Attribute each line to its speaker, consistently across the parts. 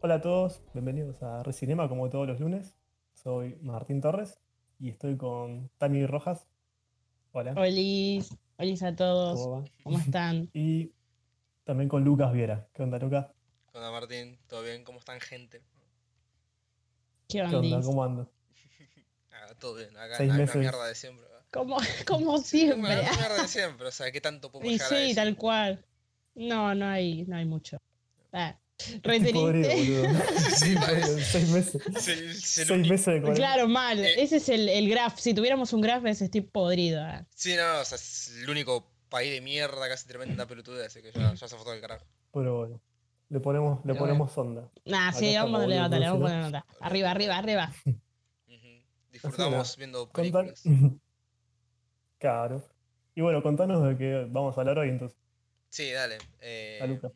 Speaker 1: Hola a todos, bienvenidos a Recinema como todos los lunes. Soy Martín Torres y estoy con Tami Rojas. Hola.
Speaker 2: Olis, olis a todos.
Speaker 1: ¿Cómo va?
Speaker 2: ¿Cómo están?
Speaker 1: Y también con Lucas Viera. ¿Qué onda, Lucas?
Speaker 3: ¿Qué onda, Martín? ¿Todo bien? ¿Cómo están, gente?
Speaker 2: ¿Qué
Speaker 1: ¿Qué onda?
Speaker 2: onda?
Speaker 1: ¿Cómo andas?
Speaker 3: Ah, todo bien. Acá
Speaker 1: Seis
Speaker 3: la, la
Speaker 1: meses.
Speaker 3: mierda de siempre. ¿verdad?
Speaker 2: Como, como
Speaker 3: Bueno, la
Speaker 2: siempre.
Speaker 3: mierda de siempre. O sea, ¿qué tanto puedo
Speaker 2: Y
Speaker 3: llegar a
Speaker 2: sí,
Speaker 3: decir?
Speaker 2: tal cual. No, no hay, no hay mucho. Ah, re
Speaker 1: Estoy podrido,
Speaker 2: triste.
Speaker 1: Este boludo.
Speaker 3: Sí, parece.
Speaker 1: Seis meses.
Speaker 3: Sí, es el
Speaker 1: Seis
Speaker 3: único-
Speaker 1: meses de cuarentena.
Speaker 2: Claro, mal.
Speaker 3: Eh.
Speaker 2: Ese es el, el graph. Si tuviéramos un graph, ese estoy podrido. ah.
Speaker 3: sí, no, o sea, es el único país de mierda, casi tremenda pelotuda, así que ya, ya se fue todo el carajo.
Speaker 1: Pero bueno, le ponemos, le
Speaker 2: Pero
Speaker 1: ponemos onda.
Speaker 2: Nah,
Speaker 1: Acá
Speaker 2: sí,
Speaker 1: estamos,
Speaker 2: vamos a darle
Speaker 1: boludo,
Speaker 2: nota, le vamos a
Speaker 1: ¿no?
Speaker 2: poner nota. Arriba, arriba, arriba.
Speaker 3: Ujú. Disfrutamos viendo
Speaker 1: Contan-
Speaker 3: películas.
Speaker 1: Claro. Y bueno, contanos de qué vamos a hablar hoy entonces,
Speaker 3: Sí, dale. eh,
Speaker 1: a Lucas.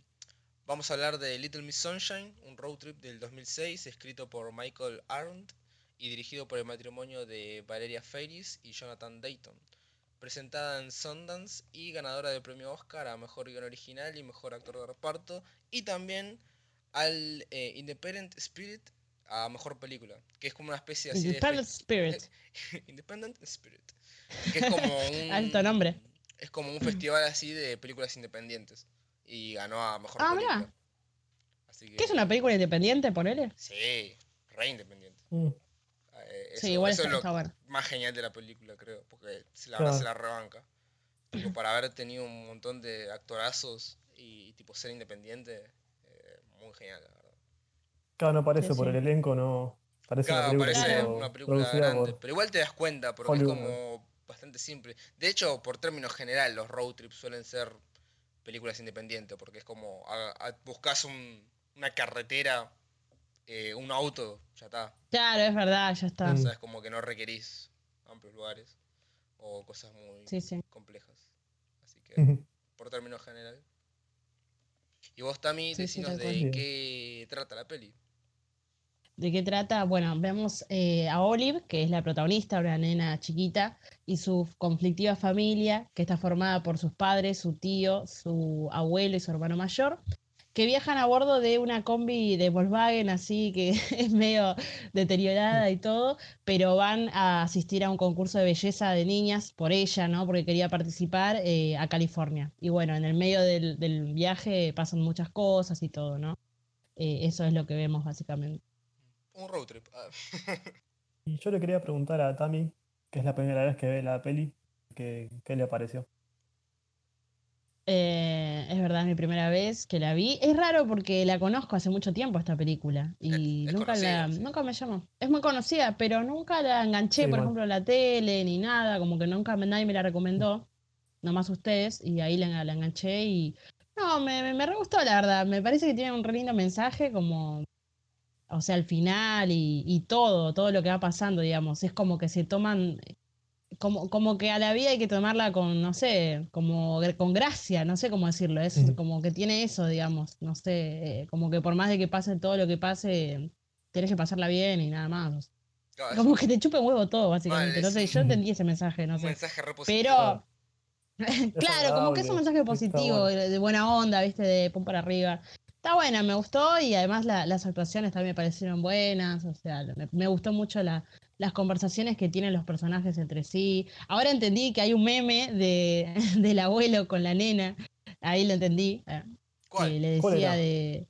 Speaker 3: Vamos a hablar de Little Miss Sunshine, un road trip del 2006 escrito por Michael Arndt y dirigido por el matrimonio de Valeria Ferris y Jonathan Dayton. Presentada en Sundance y ganadora del premio Oscar a Mejor Guión Original y Mejor Actor de Reparto. Y también al eh, Independent Spirit a Mejor Película, que es como una especie así de...
Speaker 2: Independent Spirit.
Speaker 3: fe- Independent Spirit. Que es como un...
Speaker 2: Alto
Speaker 3: mm.
Speaker 2: nombre.
Speaker 3: Es como
Speaker 2: Mm.
Speaker 3: un festival así de películas independientes. Y ganó a Mejor
Speaker 2: Ah,
Speaker 3: Película.
Speaker 2: mirá.
Speaker 3: Así que,
Speaker 2: ¿Qué es una película independiente, ponele?
Speaker 3: Sí, re independiente.
Speaker 1: Mm,
Speaker 3: Eh, eso,
Speaker 2: Sí, igual
Speaker 3: eso
Speaker 2: está,
Speaker 3: es
Speaker 2: está
Speaker 3: lo
Speaker 2: bueno.
Speaker 3: más genial de la película, creo. Porque se la,
Speaker 1: Claro.
Speaker 3: se la rebanca. Tipo, para haber tenido un montón de actorazos y, tipo ser independiente, eh, muy genial, la verdad.
Speaker 1: Claro, no parece
Speaker 2: Sí,
Speaker 1: por
Speaker 2: sí.
Speaker 1: el elenco, no. Parece
Speaker 3: Claro,
Speaker 1: una película,
Speaker 3: parece
Speaker 2: Claro.
Speaker 3: una película
Speaker 1: producida
Speaker 3: grande,
Speaker 1: por-
Speaker 3: pero igual te das cuenta porque
Speaker 1: Hollywood.
Speaker 3: es como bastante simple. De hecho, por términos general, los road trips suelen ser películas independientes porque es como a- a- buscas un- una carretera, eh, un auto, ya está.
Speaker 2: Claro, es verdad, ya está.
Speaker 3: O
Speaker 1: Mm.
Speaker 3: sea, es como que no requerís amplios lugares o cosas muy
Speaker 2: Sí, sí.
Speaker 3: complejas. Así que, por términos general. Y vos, Tami,
Speaker 2: Sí, sí,
Speaker 3: decinos
Speaker 2: tal
Speaker 3: de
Speaker 1: cual.
Speaker 3: qué trata la peli.
Speaker 2: ¿De qué trata? Bueno, vemos eh, a Olive, que es la protagonista, una nena chiquita, y su conflictiva familia, que está formada por sus padres, su tío, su abuelo y su hermano mayor, que viajan a bordo de una combi de Volkswagen, así que es medio deteriorada y todo, pero van a asistir a un concurso de belleza de niñas por ella, ¿no? Porque quería participar eh, a California. Y bueno, en el medio del, del viaje pasan muchas cosas y todo, ¿no? Eh, eso es lo que vemos básicamente.
Speaker 3: Un road trip. ah.
Speaker 1: Y yo le quería preguntar a Tami, que es la primera vez que ve la peli, que, ¿qué le pareció?
Speaker 2: Eh, es verdad, es mi primera vez que la vi. Es raro porque la conozco hace mucho tiempo esta película y
Speaker 3: Es- es
Speaker 2: nunca
Speaker 3: conocida,
Speaker 2: la,
Speaker 3: sí.
Speaker 2: nunca me llamó. Es muy conocida, pero nunca la
Speaker 1: Sí,
Speaker 2: enganché, por
Speaker 1: bueno.
Speaker 2: ejemplo, en la tele ni nada, como que nunca me- nadie me la recomendó, nomás ustedes, y ahí la, la enganché y no, me, me, me re gustó la verdad. Me parece que tiene un re lindo mensaje, como, o sea, al final y, y todo, todo lo que va pasando, digamos. Es como que se toman como, como que a la vida hay que tomarla con, no sé, como gr- con gracia, no sé cómo decirlo, es
Speaker 1: Ujú.
Speaker 2: como que tiene eso, digamos, no sé, eh, como que por más de que pase todo lo que pase, tenés que pasarla bien y nada más.
Speaker 3: Claro, es
Speaker 2: Como que te chupa un huevo todo, básicamente,
Speaker 3: Vale,
Speaker 2: no sé,
Speaker 3: sí.
Speaker 2: yo entendí ese mensaje, no
Speaker 3: un
Speaker 2: sé.
Speaker 3: mensaje re positivo.
Speaker 2: Pero, claro, como que
Speaker 1: agradable,
Speaker 2: es un mensaje
Speaker 1: está
Speaker 2: positivo,
Speaker 1: bueno.
Speaker 2: de de buena onda, viste, de pum para arriba. Está buena, me gustó y además la- las actuaciones también me parecieron buenas, o sea, me, me gustó mucho la- las conversaciones que tienen los personajes entre sí. Ahora entendí que hay un meme de, del abuelo con la nena, ahí lo entendí, eh,
Speaker 3: ¿Cuál?
Speaker 2: que le
Speaker 1: ¿Cuál
Speaker 2: decía
Speaker 1: era?
Speaker 2: de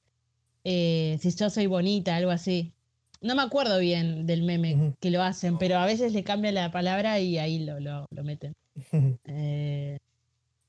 Speaker 2: eh, si yo soy bonita, algo así. No me acuerdo bien del meme
Speaker 1: Ujú.
Speaker 2: que lo hacen, pero a veces le cambia la palabra y ahí lo, lo, lo meten. Eh,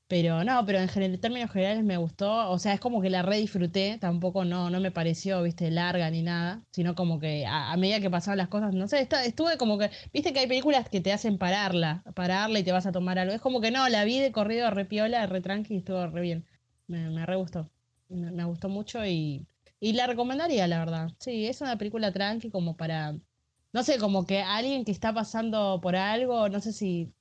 Speaker 2: pero no, pero en general, términos generales me gustó. O sea, es como que la re disfruté. Tampoco no, no me pareció, viste, larga ni nada. Sino como que a, a medida que pasaban las cosas, no sé, está- estuve como que. Viste que hay películas que te hacen pararla, pararla y te vas a tomar algo. Es como que no, la vi de corrido re piola, re tranqui y estuvo re bien. Me, me re gustó. Me, me gustó mucho y, y la recomendaría, la verdad. Sí, es una película tranqui como para. No sé, como que alguien que está pasando por algo, no sé si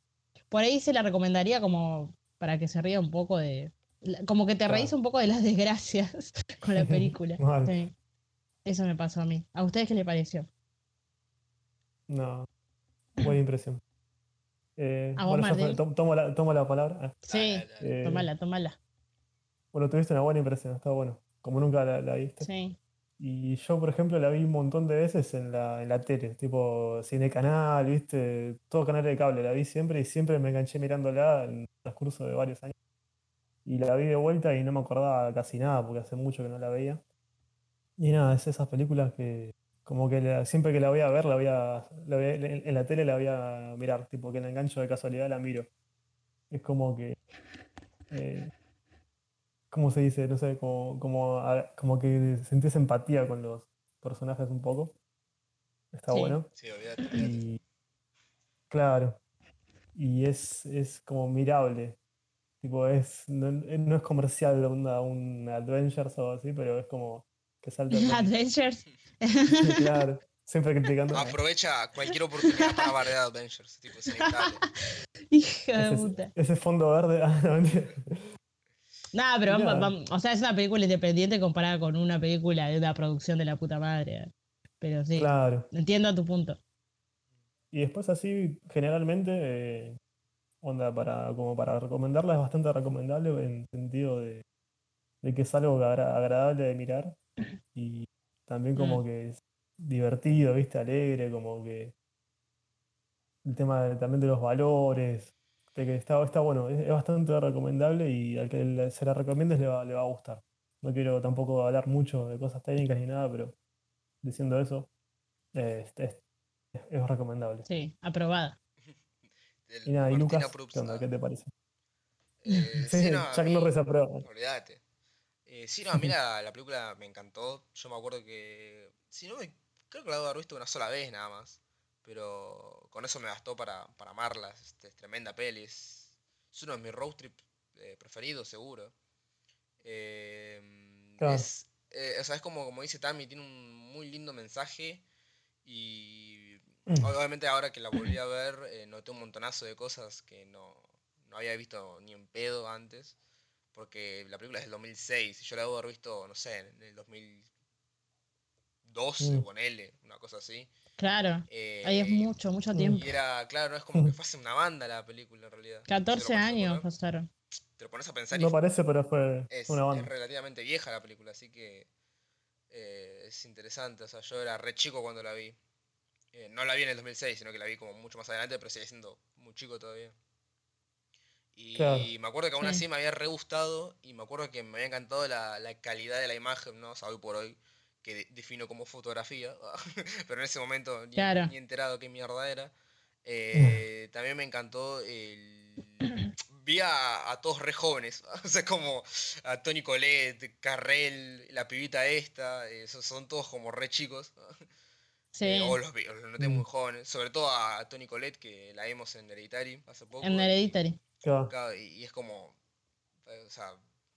Speaker 2: por ahí se la recomendaría como para que se ría un poco de. la- Como que te
Speaker 1: Claro.
Speaker 2: reís un poco de las desgracias con la película.
Speaker 1: Mal.
Speaker 2: Sí. Eso me pasó a mí. ¿A ustedes qué les pareció?
Speaker 1: No, buena impresión. Eh,
Speaker 2: A vos,
Speaker 1: bueno, yo
Speaker 2: Martín.
Speaker 1: to- tomo la, tomo la palabra. Ah,
Speaker 2: Sí,
Speaker 3: Dale, dale.
Speaker 1: eh,
Speaker 2: tomala, tomala.
Speaker 1: Bueno, tuviste una buena impresión, está bueno. Como nunca la, la viste.
Speaker 2: Sí.
Speaker 1: Y yo, por ejemplo, la vi un montón de veces en la, en la tele, tipo cine canal, viste, todo canal de cable, la vi siempre y siempre me enganché mirándola en el transcurso de varios años. Y la vi de vuelta y no me acordaba casi nada porque hace mucho que no la veía. Y nada, es esas películas que como que la- siempre que la voy a ver, la voy a, la voy a- en en la tele la voy a mirar, tipo que la engancho de casualidad la miro. Es como que eh, ¿cómo se dice? No sé, como, como, a- como que sentís empatía con los personajes un poco. Está
Speaker 2: Sí.
Speaker 1: bueno.
Speaker 3: Sí, olvídate, olvídate.
Speaker 1: Y claro. Y es, es como mirable. Tipo, es, no, eh, no es comercial onda, un Adventures o así, pero es como que salta. con-
Speaker 2: Adventures.
Speaker 1: Sí, claro. Siempre criticando.
Speaker 3: Ah, Aprovecha cualquier oportunidad para bardear Adventures, tipo, es inevitable.
Speaker 2: Hija de
Speaker 1: Ese,
Speaker 2: puta.
Speaker 1: ese fondo verde. Ah, no, mentira.
Speaker 2: Nada, pero
Speaker 1: Mirá.
Speaker 2: vamos, vamos- o sea, es una película independiente comparada con una película de una producción de la puta madre. eh. Pero sí,
Speaker 1: Claro.
Speaker 2: entiendo tu punto.
Speaker 1: Y después así, generalmente, eh, onda, para, como para recomendarla es bastante recomendable en sentido de, de que es algo agra- agradable de mirar y también como que es divertido, viste, alegre, como que el tema de- también de los valores, de que está, está bueno, es, es bastante recomendable y al que le- se la recomiendes le va, le va a gustar. No quiero tampoco hablar mucho de cosas técnicas ni nada, pero diciendo eso, eh, es- es- es recomendable.
Speaker 2: Sí, aprobada.
Speaker 3: Del
Speaker 1: Y nada, y
Speaker 3: Martín
Speaker 1: Lucas,
Speaker 3: Abrupts,
Speaker 1: ¿qué onda?
Speaker 3: nada.
Speaker 1: ¿Qué te parece?
Speaker 3: Eh,
Speaker 1: Sí,
Speaker 3: sí, no, a
Speaker 1: Chuck
Speaker 3: mí-
Speaker 1: Norris aprueba.
Speaker 3: Olvídate. Eh, sí, no, a mí la, la película me encantó. Yo me acuerdo que. Si no, me- creo que la debo haber visto una sola vez nada más. Pero con eso me bastó para, para amarla. Es, este, es tremenda peli. Es, es uno de mis road trip eh, preferidos, seguro. Eh,
Speaker 1: Claro.
Speaker 3: es, eh, o sea, es como, como dice Tami, tiene un muy lindo mensaje. Y
Speaker 1: Mm.
Speaker 3: Obviamente ahora que la volví a ver, eh, noté un montonazo de cosas que no, no había visto ni en pedo antes, porque la película es del 2006, y yo la debo haber visto, no sé, en el 2012,
Speaker 1: Mm.
Speaker 3: ponele, una cosa así.
Speaker 2: Claro,
Speaker 3: Eh,
Speaker 2: ahí es
Speaker 3: y-
Speaker 2: mucho, mucho
Speaker 1: Mm.
Speaker 2: tiempo.
Speaker 3: Y era, claro, no es como que fuese una banda la película en realidad. Si te lo
Speaker 2: 14
Speaker 3: pones a
Speaker 2: años
Speaker 3: poner-
Speaker 2: pasaron.
Speaker 3: te lo pones a pensar y
Speaker 1: No parece, pero fue
Speaker 3: es,
Speaker 1: una
Speaker 3: es
Speaker 1: banda.
Speaker 3: relativamente vieja la película, así que eh, es interesante. O sea, yo era re chico cuando la vi. Eh, no la vi en el 2006, sino que la vi como mucho más adelante, pero sigue siendo muy chico todavía. Y
Speaker 1: Claro.
Speaker 3: me acuerdo que aún
Speaker 2: Sí.
Speaker 3: así me había re gustado y me acuerdo que me había encantado la, la calidad de la imagen, ¿no? O sea, hoy por hoy, que de- defino como fotografía, pero en ese momento ni,
Speaker 2: Claro.
Speaker 3: ni enterado qué mierda era. Eh, también me encantó el... Vi a, a todos re jóvenes, o sea, como a Tony Colette, Carrell, la pibita esta, eh, son, son todos como re chicos,
Speaker 2: Sí,
Speaker 3: eh, o los, vi- o los noté
Speaker 1: Mm.
Speaker 3: muy jóvenes, sobre todo a Tony Colette, que la vimos en Hereditary hace poco.
Speaker 2: en
Speaker 3: y-
Speaker 2: Hereditary.
Speaker 1: Claro,
Speaker 3: claro, Y, y es como, eh, o sea,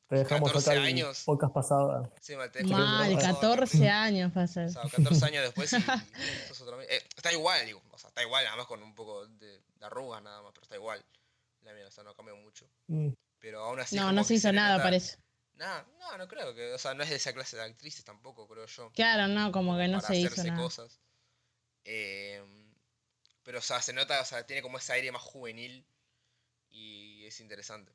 Speaker 1: te dejamos
Speaker 3: 14
Speaker 1: acá el
Speaker 3: años.
Speaker 1: podcast pasado.
Speaker 3: sí, mal, te dejo
Speaker 2: Mal,
Speaker 3: todo pasado,
Speaker 2: 14 años pasaron.
Speaker 3: O sea, 14 años después y, y sos otra vez- eh, está igual, digo. O sea, está igual, nada más con un poco de, de arrugas nada más, pero está igual. La mía, o sea, no cambió mucho.
Speaker 1: Mm,
Speaker 3: Pero aún así.
Speaker 2: No,
Speaker 3: como
Speaker 2: no
Speaker 3: que
Speaker 2: se hizo
Speaker 3: le
Speaker 2: nada,
Speaker 3: nota-
Speaker 2: parece.
Speaker 3: Nada, no, no creo que. O sea, no es de esa clase de actrices tampoco, creo yo.
Speaker 2: Claro, no, como que no
Speaker 3: para
Speaker 2: se hizo
Speaker 3: hacerse
Speaker 2: nada.
Speaker 3: cosas. Eh, pero, o sea, se nota, o sea, tiene como ese aire más juvenil y es interesante.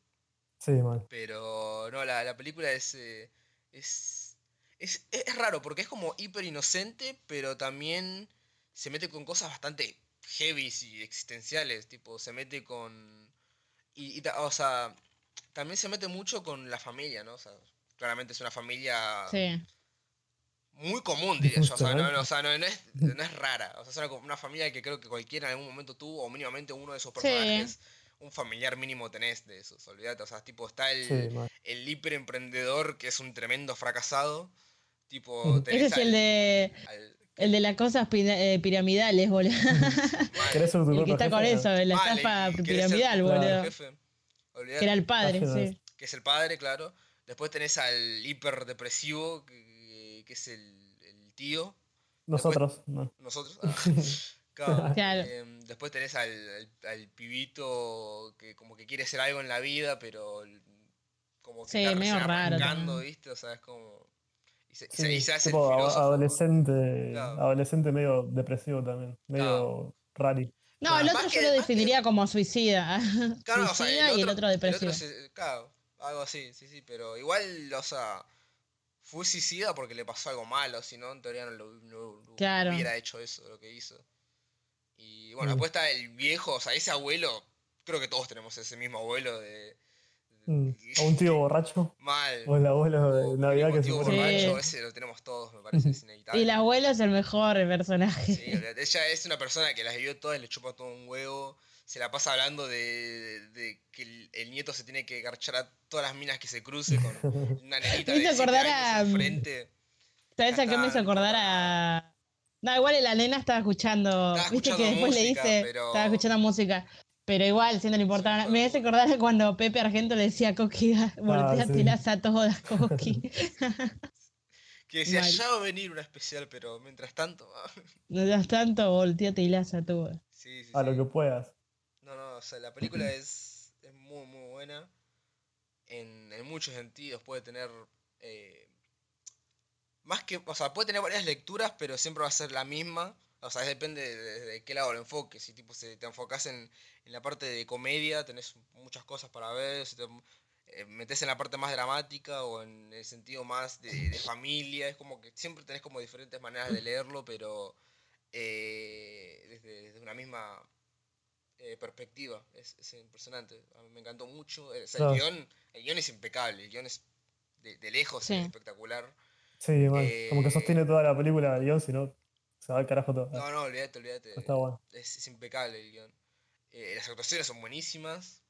Speaker 1: Sí, mal.
Speaker 3: Pero no, la, la película es, eh, es, es. es raro, porque es como hiper inocente, pero también se mete con cosas bastante heavy y existenciales. Tipo, se mete con. Y, y ta- o sea, también se mete mucho con la familia, ¿no? O sea, claramente es una familia
Speaker 2: Sí,
Speaker 3: muy común, diría yo. O sea, no,
Speaker 1: Disfuncional.
Speaker 3: no, o sea, no- no es, no es rara. O sea, es una, co- una familia que creo que cualquiera en algún momento tuvo, o mínimamente uno de esos
Speaker 2: Sí.
Speaker 3: personajes, un familiar mínimo tenés de esos, olvídate. O sea, tipo, está el,
Speaker 1: Sí, mal.
Speaker 3: el hiperemprendedor que es un tremendo fracasado. Tipo,
Speaker 1: Ujú.
Speaker 2: ese es el de,
Speaker 3: al-
Speaker 2: el de las cosas pira- eh, piramidales, boludo.
Speaker 3: mal-
Speaker 1: ¿Querés ser tu
Speaker 2: El que
Speaker 1: propio
Speaker 2: está con
Speaker 1: jefe?
Speaker 2: eso, la
Speaker 3: mal,
Speaker 2: estafa
Speaker 3: el que quiere ser
Speaker 2: piramidal,
Speaker 3: tu propio
Speaker 2: boludo.
Speaker 3: jefe,
Speaker 2: Que era
Speaker 3: olvídate,
Speaker 2: el padre,
Speaker 1: Claro.
Speaker 2: sí.
Speaker 3: que es el padre, claro. Después tenés al hiperdepresivo, que, que es el, el tío,
Speaker 1: Nosotros, no.
Speaker 3: nosotros. ah, claro.
Speaker 2: Claro.
Speaker 3: Em, después tenés al, al- al pibito que como que quiere hacer algo en la vida, pero l- como que
Speaker 2: Sí,
Speaker 3: está recién
Speaker 2: medio raro
Speaker 3: arrancando,
Speaker 2: también.
Speaker 3: ¿viste? O sea, es como... Y se, y
Speaker 1: Sí,
Speaker 3: se- y se hace el
Speaker 1: tipo a-
Speaker 3: filósofo.
Speaker 1: adolescente,
Speaker 3: Claro.
Speaker 1: adolescente medio depresivo también, medio rari.
Speaker 2: No, el
Speaker 3: Claro,
Speaker 2: otro
Speaker 3: más
Speaker 2: yo
Speaker 3: que-
Speaker 2: lo
Speaker 3: más que-
Speaker 2: definiría como suicida.
Speaker 3: Claro, o sea,
Speaker 2: suicida y el otro depresivo.
Speaker 3: se- claro, algo así, sí, sí, pero igual, o sea, fue suicida porque le pasó algo malo, si no, en teoría no, lo, no- no
Speaker 2: Claro.
Speaker 3: hubiera hecho eso, lo que hizo. Y bueno,
Speaker 1: Mm.
Speaker 3: después está el viejo, o sea, ese abuelo, creo que todos tenemos ese mismo abuelo de...
Speaker 1: Mm, O un tío borracho.
Speaker 3: Mal.
Speaker 1: O el abuelo
Speaker 3: o
Speaker 1: de
Speaker 3: el
Speaker 1: Navidad
Speaker 3: mismo
Speaker 1: que se
Speaker 3: tío
Speaker 1: pone-
Speaker 2: Sí.
Speaker 3: borracho, ese lo tenemos todos, me parece, es inevitable.
Speaker 2: Y el abuelo es el mejor personaje.
Speaker 3: Sí, o sea, ella es una persona que las vivió todas, le chupa todo un huevo, se la pasa hablando de, de que el, el nieto se tiene que garchar a todas las minas que se cruce con una nenita
Speaker 2: Me
Speaker 3: de
Speaker 2: hizo
Speaker 3: siete
Speaker 2: acordar
Speaker 3: años
Speaker 2: a-
Speaker 3: enfrente.
Speaker 2: ¿Sabes a qué me hizo
Speaker 3: Está-
Speaker 2: acordar a.? No, igual la nena estaba escuchando.
Speaker 3: Estaba
Speaker 2: Viste
Speaker 3: escuchando
Speaker 2: que después le
Speaker 3: música,
Speaker 2: dice.
Speaker 3: pero-
Speaker 2: Estaba escuchando música. Pero igual, siendo no importaba.
Speaker 3: Sí,
Speaker 2: nada. me hace acordar a cuando Pepe Argento le decía a Coqui, volteatelas a todas, Coqui.
Speaker 3: Que decía,
Speaker 2: Mal.
Speaker 3: ya va a venir una especial, pero mientras tanto. ah".
Speaker 2: no das tanto, volteatelas a todas.
Speaker 3: Sí, sí,
Speaker 1: a lo
Speaker 3: sí.
Speaker 1: que puedas.
Speaker 3: No, no, o sea, la película es, es muy, muy buena. En, en muchos sentidos. Puede tener. eh, más que. O sea, puede tener varias lecturas, pero siempre va a ser la misma. O sea, es- depende de, de- de qué lado lo enfoques. Si tipo, se te enfocas en, en la parte de comedia, tenés muchas cosas para ver. Si te eh, metes en la parte más dramática o en el sentido más de, de familia. Es como que siempre tenés como diferentes maneras de leerlo, pero eh, desde, desde una misma eh, perspectiva. Es, es impresionante. A mí me encantó mucho. Eh, o sea, el,
Speaker 1: Claro.
Speaker 3: guión, el guión es impecable. El guión es de, de lejos es
Speaker 2: Sí.
Speaker 3: espectacular.
Speaker 1: Sí, mal. Como que
Speaker 3: Eh,
Speaker 1: sostiene toda la película el guión, si no, se va al carajo todo. Ah,
Speaker 3: No, no, olvídate, olvídate.
Speaker 1: Está bueno.
Speaker 3: Es, es impecable el guión. Eh, las actuaciones son buenísimas.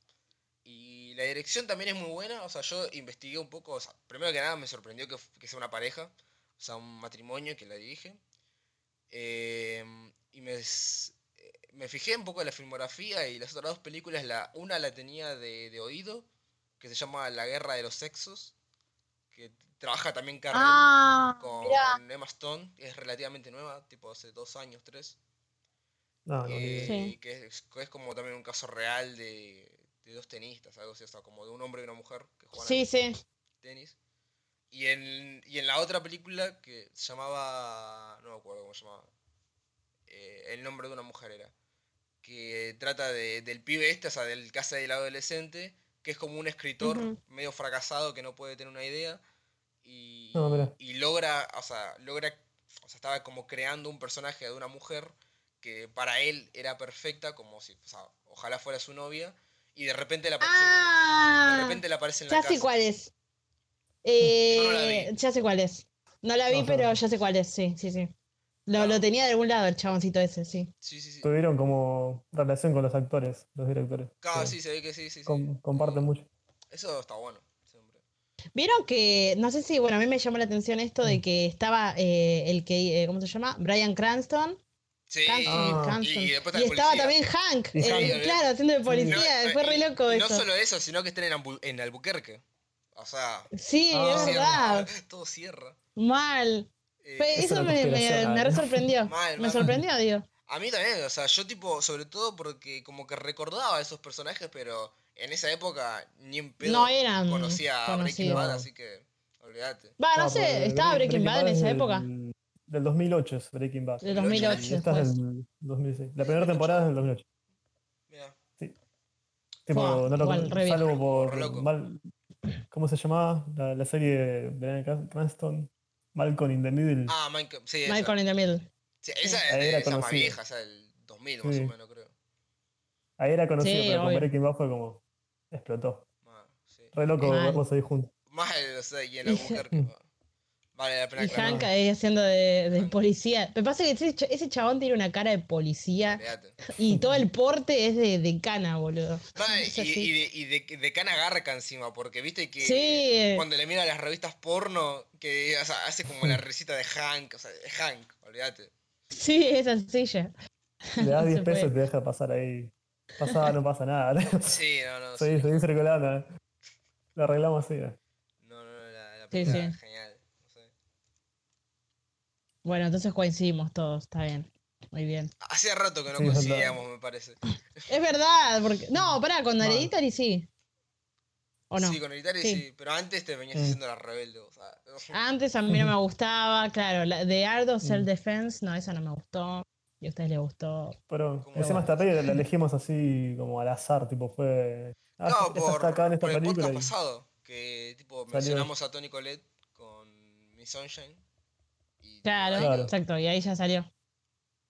Speaker 3: Y la dirección también es muy buena. O sea, yo investigué un poco. o sea, primero que nada me sorprendió que, f- que sea una pareja. O sea, un matrimonio que la dirige. Eh, y me, s- eh, me fijé un poco en la filmografía y las otras dos películas. La, una la tenía de, de oído, que se llama La Guerra de los Sexos. Que trabaja también Carrie
Speaker 2: Ah,
Speaker 3: con
Speaker 2: mirá.
Speaker 3: Emma Stone, que es relativamente nueva, tipo hace dos años, tres.
Speaker 1: No, no, ni
Speaker 3: Eh,
Speaker 1: idea.
Speaker 2: Ah, Sí.
Speaker 3: y que es, que es como también un caso real de, de dos tenistas, algo así, o sea, como de un hombre y una mujer que juegan
Speaker 2: Sí,
Speaker 3: al
Speaker 2: sí.
Speaker 3: tenis. Y en, y en la otra película que se llamaba, no me acuerdo cómo se llamaba, eh, El nombre de una mujer era, que trata de- del pibe este, o sea, del casa del adolescente, que es como un escritor
Speaker 2: Ujú.
Speaker 3: medio fracasado que no puede tener una idea y,
Speaker 1: No, mira.
Speaker 3: y logra, o sea, logra, o sea, estaba como creando un personaje de una mujer que para él era perfecta, como si, o sea, ojalá fuera su novia, y de repente le aparece, de
Speaker 2: Ah,
Speaker 3: repente le aparece en la
Speaker 2: ya sé
Speaker 3: casa.
Speaker 2: cuál es.
Speaker 3: Yo no la
Speaker 2: Eh, ya sé cuál es. No la vi,
Speaker 1: No, yo no.
Speaker 2: pero ya sé cuál es, sí, sí, sí. Lo,
Speaker 3: Ah.
Speaker 2: lo tenía de algún lado el chaboncito ese, sí.
Speaker 3: Sí, sí, sí.
Speaker 1: Tuvieron como relación con los actores, los directores.
Speaker 3: Claro,
Speaker 1: Sí.
Speaker 3: Ah, sí, se ve que sí, sí, sí.
Speaker 1: Com- comparten mucho.
Speaker 3: Eso está bueno, siempre.
Speaker 2: Vieron que, no sé si, bueno, a mí me llamó la atención esto de
Speaker 1: Mm.
Speaker 2: que estaba eh, el que, eh, ¿cómo se llama? Brian Cranston.
Speaker 3: Sí,
Speaker 2: Cranston,
Speaker 1: Ah.
Speaker 2: Cranston.
Speaker 3: y, y después está
Speaker 2: Y
Speaker 3: el
Speaker 2: estaba
Speaker 3: policía.
Speaker 2: también Hank,
Speaker 1: Y
Speaker 2: el-
Speaker 1: Hank.
Speaker 2: claro, haciendo de
Speaker 3: No,
Speaker 2: policía.
Speaker 3: eh,
Speaker 2: Fue re
Speaker 3: y-
Speaker 2: loco
Speaker 3: y
Speaker 2: eso.
Speaker 3: No solo eso, sino que estén en, Ambu- en Albuquerque. O sea,
Speaker 2: Sí,
Speaker 1: Ah.
Speaker 2: es
Speaker 3: cierra,
Speaker 2: verdad.
Speaker 3: todo cierra.
Speaker 2: Mal.
Speaker 3: Eh,
Speaker 2: Fue-
Speaker 1: es
Speaker 2: eso
Speaker 1: una
Speaker 2: me, me,
Speaker 1: conspiración,
Speaker 2: me
Speaker 1: ah,
Speaker 2: re
Speaker 1: ¿no?
Speaker 2: sorprendió.
Speaker 3: mal,
Speaker 2: Me
Speaker 3: mal.
Speaker 2: sorprendió, digo.
Speaker 3: A mí también, o sea, yo tipo, sobre todo porque como que recordaba a esos personajes, pero en esa época ni en pedo
Speaker 2: No Mm, eran
Speaker 3: conocía a Breaking
Speaker 2: conocidos.
Speaker 3: Bad, así que olvídate.
Speaker 2: Va, no,
Speaker 1: Ah,
Speaker 2: sé,
Speaker 1: porque
Speaker 2: estaba Breaking Bad en
Speaker 1: es
Speaker 2: esa
Speaker 1: del-
Speaker 2: época.
Speaker 1: Del 2008 es Breaking Bad.
Speaker 2: Del
Speaker 1: Y
Speaker 2: 2008
Speaker 1: esta
Speaker 2: después.
Speaker 1: es del 2006. La primera temporada es del 2008.
Speaker 3: Mira,
Speaker 1: Tipo,
Speaker 2: Fua,
Speaker 1: no lo
Speaker 2: igual, re bien.
Speaker 1: salvo por
Speaker 3: Re loco.
Speaker 1: mal- ¿Cómo se llamaba? La, la serie de Brian Cran- Cranston. Malcolm in the Middle.
Speaker 3: ah, Minecraft, sí, esa,
Speaker 2: Michael in the Middle.
Speaker 3: Sí, esa es
Speaker 1: Ahí
Speaker 3: de-
Speaker 1: era
Speaker 3: esa es más
Speaker 1: conocida.
Speaker 3: vieja, esa del 2000 más
Speaker 1: Sí.
Speaker 3: o menos, creo.
Speaker 1: Ahí era conocido,
Speaker 2: Sí,
Speaker 1: pero con
Speaker 2: obvio.
Speaker 1: Breaking Bad fue como. explotó.
Speaker 3: Más, sí.
Speaker 1: Re loco
Speaker 2: Mal.
Speaker 1: verlos ahí juntos.
Speaker 3: Más el, o sea, y en
Speaker 2: Y-
Speaker 3: Albuquerque. va. Vale la pena
Speaker 2: Y
Speaker 3: aclarar,
Speaker 2: Hank ahí haciendo de, de
Speaker 3: Hank.
Speaker 2: policía. Me pasa que ese, ch- ese chabón tiene una cara de policía
Speaker 3: olvídate.
Speaker 2: y todo el porte es de, de cana, boludo.
Speaker 3: No, y,
Speaker 2: Es así.
Speaker 3: y de, y de, de Cana Garca encima, porque viste que
Speaker 2: Sí.
Speaker 3: cuando le mira las revistas porno, que o sea, hace como la risita de Hank, o sea, de Hank, olvídate.
Speaker 2: Sí, es así ya.
Speaker 1: Le das
Speaker 2: No
Speaker 1: 10
Speaker 2: se
Speaker 1: pesos
Speaker 2: puede.
Speaker 1: y te deja pasar ahí. Pasada, no pasa nada.
Speaker 3: Sí, no, no,
Speaker 1: Seguí,
Speaker 3: sí.
Speaker 1: seguí circulando. eh. Lo arreglamos así. eh.
Speaker 3: No, no, no, la, la
Speaker 2: Sí,
Speaker 3: película
Speaker 2: sí.
Speaker 3: es genial. no sé.
Speaker 2: Bueno, entonces coincidimos todos, está bien. Muy bien.
Speaker 3: Hacía rato que no
Speaker 1: Sí, es verdad.
Speaker 3: coincidíamos, me parece.
Speaker 2: Es verdad, porque. No, pará, con
Speaker 1: Mal.
Speaker 2: Hereditary sí. ¿O no?
Speaker 3: Sí, con Itari sí.
Speaker 2: Sí.
Speaker 3: pero antes te venías
Speaker 1: Mm.
Speaker 3: haciendo la rebelde, o sea.
Speaker 2: Antes a mí no me gustaba, claro. La de Ardo, Self
Speaker 1: Mm.
Speaker 2: Defense, no, esa no me gustó. Y a ustedes les gustó.
Speaker 1: Pero
Speaker 3: Como
Speaker 1: encima
Speaker 3: bueno.
Speaker 1: esta peli la elegimos así como al azar, tipo fue. Ah,
Speaker 3: No,
Speaker 1: esta
Speaker 3: por,
Speaker 1: está acá en esta
Speaker 3: por el
Speaker 1: película.
Speaker 3: podcast
Speaker 1: y-
Speaker 3: pasado, que tipo
Speaker 1: Salió.
Speaker 3: mencionamos a Tony Colette con Miss Sunshine. Y
Speaker 2: Claro,
Speaker 1: Claro.
Speaker 2: exacto, y ahí ya salió.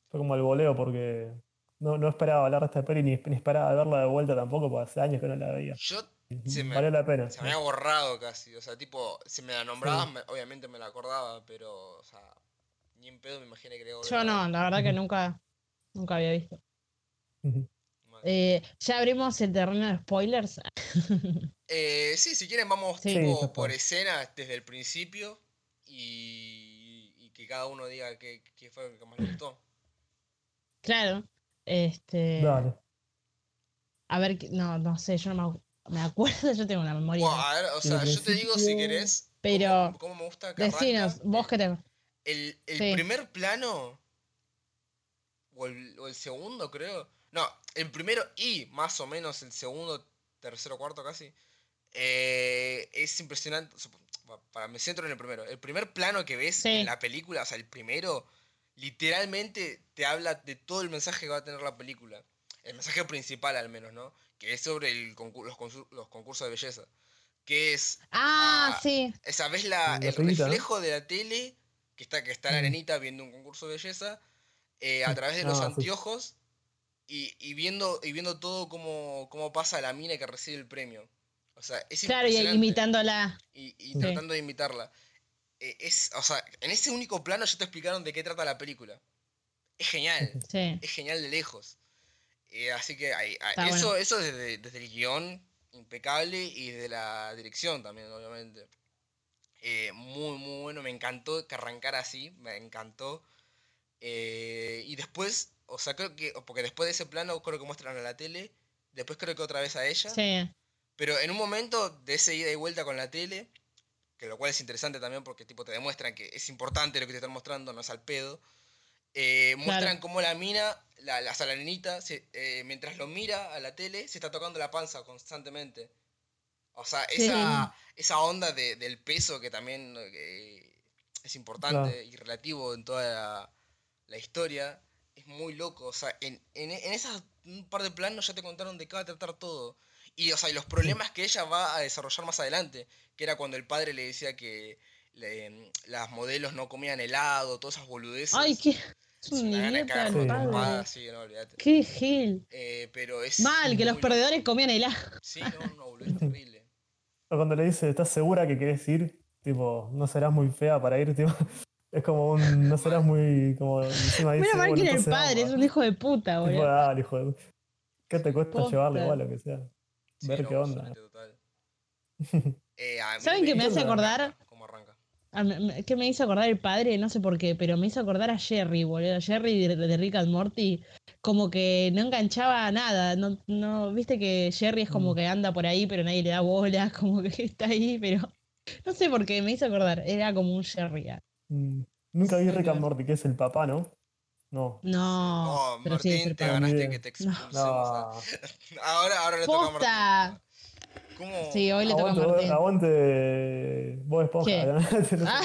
Speaker 1: Fue como el voleo porque no, no esperaba hablar de esta peli ni, ni esperaba verla de vuelta tampoco, porque hace años que no la veía.
Speaker 3: Yo se me,
Speaker 1: Valió la pena.
Speaker 3: se me había borrado casi. O sea, tipo, si me la nombraban, me- obviamente me la acordaba, pero, o sea, ni en pedo me imaginé que le iba a volver
Speaker 2: Yo
Speaker 3: a
Speaker 2: no,
Speaker 3: ver.
Speaker 2: la verdad que
Speaker 1: Ujú.
Speaker 2: nunca, nunca había visto.
Speaker 3: Mal.
Speaker 2: Eh, ya abrimos el terreno de spoilers.
Speaker 3: Eh, sí, si quieren vamos
Speaker 2: Sí.
Speaker 1: Sí,
Speaker 3: tipo
Speaker 1: por
Speaker 3: por
Speaker 1: favor.
Speaker 3: escenas desde el principio y, y que cada uno diga qué, qué fue lo que más le gustó.
Speaker 2: Claro. Este,
Speaker 1: Dale.
Speaker 2: a ver, que- no, no sé, yo no me, acu- me acuerdo, yo tengo una memoria.
Speaker 3: Bueno, a ver, o sea, yo te digo si
Speaker 1: principio-
Speaker 3: querés cómo-
Speaker 2: Pero,
Speaker 3: cómo, me gusta Eh, que
Speaker 2: Decinos,
Speaker 3: arranca.
Speaker 2: vos que te. ah,
Speaker 3: El, el
Speaker 2: sí.
Speaker 3: primer plano o el, o el segundo creo. No, el primero y más o menos el segundo, tercero, cuarto casi. eh, es impresionante. o sea, pa- Para me centro en el primero. El primer plano que ves
Speaker 2: Sí.
Speaker 3: en la película, o sea, el primero, literalmente te habla de todo el mensaje que va a tener la película. El mensaje principal al menos, ¿no? Que es sobre el concu- los, consu- los concursos de belleza. Que es,
Speaker 2: Ah,
Speaker 3: Ah,
Speaker 2: sí.
Speaker 3: esa vez la,
Speaker 1: La
Speaker 3: el
Speaker 1: pibita, ¿no?
Speaker 3: reflejo de la tele, que está, que está la
Speaker 1: Mm.
Speaker 3: nenita viendo un concurso de belleza, eh, a
Speaker 1: Sí.
Speaker 3: través de los
Speaker 1: Ah, sí.
Speaker 3: anteojos y, y viendo, y viendo todo cómo, cómo pasa la mina que recibe el premio. O sea, es
Speaker 2: Claro, y
Speaker 3: impresionante
Speaker 2: imitándola.
Speaker 3: y, y
Speaker 1: Sí.
Speaker 3: tratando de imitarla. Eh, es, o sea, en ese único plano ya te explicaron de qué trata la película. Es genial,
Speaker 2: Sí.
Speaker 3: es genial de lejos. Eh, así que ahí- ahí-
Speaker 2: Está
Speaker 3: eso,
Speaker 2: bueno.
Speaker 3: eso desde, desde el guión impecable y de la dirección también, obviamente. Eh, muy, muy bueno, me encantó que arrancara así, me encantó. Eh, y después, o sea, creo que, porque después de ese plano creo que muestran a la tele, después creo que otra vez a ella.
Speaker 2: Sí.
Speaker 3: Pero en un momento de ese ida y vuelta con la tele, que lo cual es interesante también porque tipo te demuestran que es importante lo que te están mostrando, no es al pedo. eh, muestran cómo la mina, la, la, o sea, la nenita, se- eh, mientras lo mira a la tele, se está tocando la panza constantemente. O sea,
Speaker 2: Sí.
Speaker 3: esa, esa onda de- del peso que también eh, es importante y relativo en toda la, la historia, es muy loco. O sea, en, en, en esas un par de planos ya te contaron de qué va a tratar todo. Y, o sea, y los problemas que ella va a desarrollar más adelante, que era cuando el padre le decía que le- em, las modelos no comían helado, todas esas boludeces.
Speaker 2: Ay, qué. Es
Speaker 3: Se me
Speaker 2: un
Speaker 3: dan a
Speaker 2: idiota
Speaker 3: cagar
Speaker 2: el
Speaker 1: Sí.
Speaker 3: a
Speaker 2: padre.
Speaker 3: trompadas, sí, no, olvídate.
Speaker 2: Qué gil.
Speaker 3: Eh, pero es
Speaker 2: Mal, que los
Speaker 3: muy-
Speaker 2: perdedores comían helado.
Speaker 3: Sí, no, no, boludo, es terrible.
Speaker 1: O cuando le dice, ¿estás segura que querés ir? Tipo, no serás muy fea para ir, tipo. Es como un. No serás muy. Como encima dice.
Speaker 2: Mira mal
Speaker 1: bueno,
Speaker 2: que era el
Speaker 1: entonces
Speaker 2: padre, es
Speaker 1: vamos,
Speaker 2: un hijo de puta,
Speaker 1: tipo,
Speaker 2: boludo.
Speaker 1: dale, hijo de- ¿Qué te cuesta
Speaker 2: Posta.
Speaker 1: llevarle igual lo que sea?
Speaker 3: Sí,
Speaker 1: Ver
Speaker 3: no,
Speaker 1: qué onda.
Speaker 3: sorete total. Eh, a mí
Speaker 2: ¿Saben que me
Speaker 1: hace
Speaker 3: ¿Cómo
Speaker 2: acordar?
Speaker 3: arranca? ¿Cómo arranca?
Speaker 2: Ah, me- me- Que me hizo acordar el padre, no sé por qué, pero me hizo acordar a Jerry, boludo. Jerry de, de Rick and Morty, como que no enganchaba a nada. No, no, viste que Jerry es como
Speaker 1: Mm.
Speaker 2: que anda por ahí, pero nadie le da bola, como que está ahí, pero no sé por qué, me hizo acordar. Era como un Jerry. ah.
Speaker 1: Mm, Nunca vi
Speaker 2: Sí,
Speaker 1: Rick and
Speaker 2: claro.
Speaker 1: Morty, que es el papá, ¿no? No.
Speaker 2: No,
Speaker 3: No,
Speaker 2: pero sí es
Speaker 3: Oh, Martín,
Speaker 2: el
Speaker 3: te
Speaker 1: padre.
Speaker 3: ganaste
Speaker 1: Bien.
Speaker 3: que te
Speaker 2: No.
Speaker 3: expulsemos.
Speaker 1: No.
Speaker 3: Ahora, ahora le toca a Martín.
Speaker 2: Posta.
Speaker 3: ¿Cómo?
Speaker 2: Sí, hoy le toca a Martín.
Speaker 1: Aguante. Vos esponja.
Speaker 2: ¿Qué?
Speaker 1: ganaste, no sé.
Speaker 2: Ah,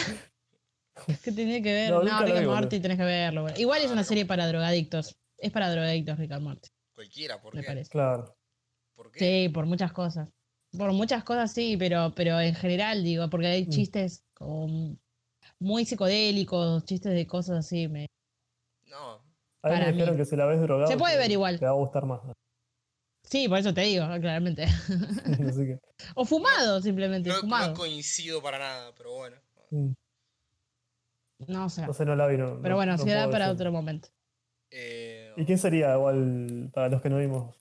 Speaker 2: ¿Qué tenía Ah, que ver?
Speaker 1: No,
Speaker 2: No,
Speaker 1: nunca lo
Speaker 2: Rick
Speaker 1: vi,
Speaker 2: and
Speaker 1: boludo.
Speaker 2: Morty tenés que verlo. boludo. Igual es
Speaker 3: Ah,
Speaker 2: una
Speaker 3: Rick and
Speaker 2: serie para drogadictos. Es para drogadictos, Rick and Morty,
Speaker 3: Cualquiera, ¿por
Speaker 2: me
Speaker 3: qué?
Speaker 2: parece.
Speaker 1: Claro.
Speaker 3: ¿Por qué?
Speaker 2: Sí, por muchas cosas. Por muchas cosas sí, pero, pero en general digo, porque hay
Speaker 1: Mm.
Speaker 2: chistes como muy psicodélicos, chistes de cosas así. Me...
Speaker 3: No.
Speaker 1: A mí
Speaker 2: Ah, Para
Speaker 1: me
Speaker 2: mí.
Speaker 1: dijeron que si la ves drogado.
Speaker 2: Se puede
Speaker 1: te-
Speaker 2: ver igual.
Speaker 1: Te va a gustar más.
Speaker 2: Sí, por eso te digo, claramente.
Speaker 1: Así que.
Speaker 2: O fumado, simplemente,
Speaker 3: No, no
Speaker 2: fumado.
Speaker 3: coincido para nada, pero bueno.
Speaker 1: mm,
Speaker 2: No, o sea.
Speaker 1: No sé, no la vi. no-
Speaker 2: Ah. Pero
Speaker 1: no-
Speaker 2: bueno,
Speaker 1: no
Speaker 2: se da
Speaker 1: puedo
Speaker 2: para
Speaker 1: decir.
Speaker 2: otro momento.
Speaker 3: Eh,
Speaker 1: ¿Y quién sería igual para los que no vimos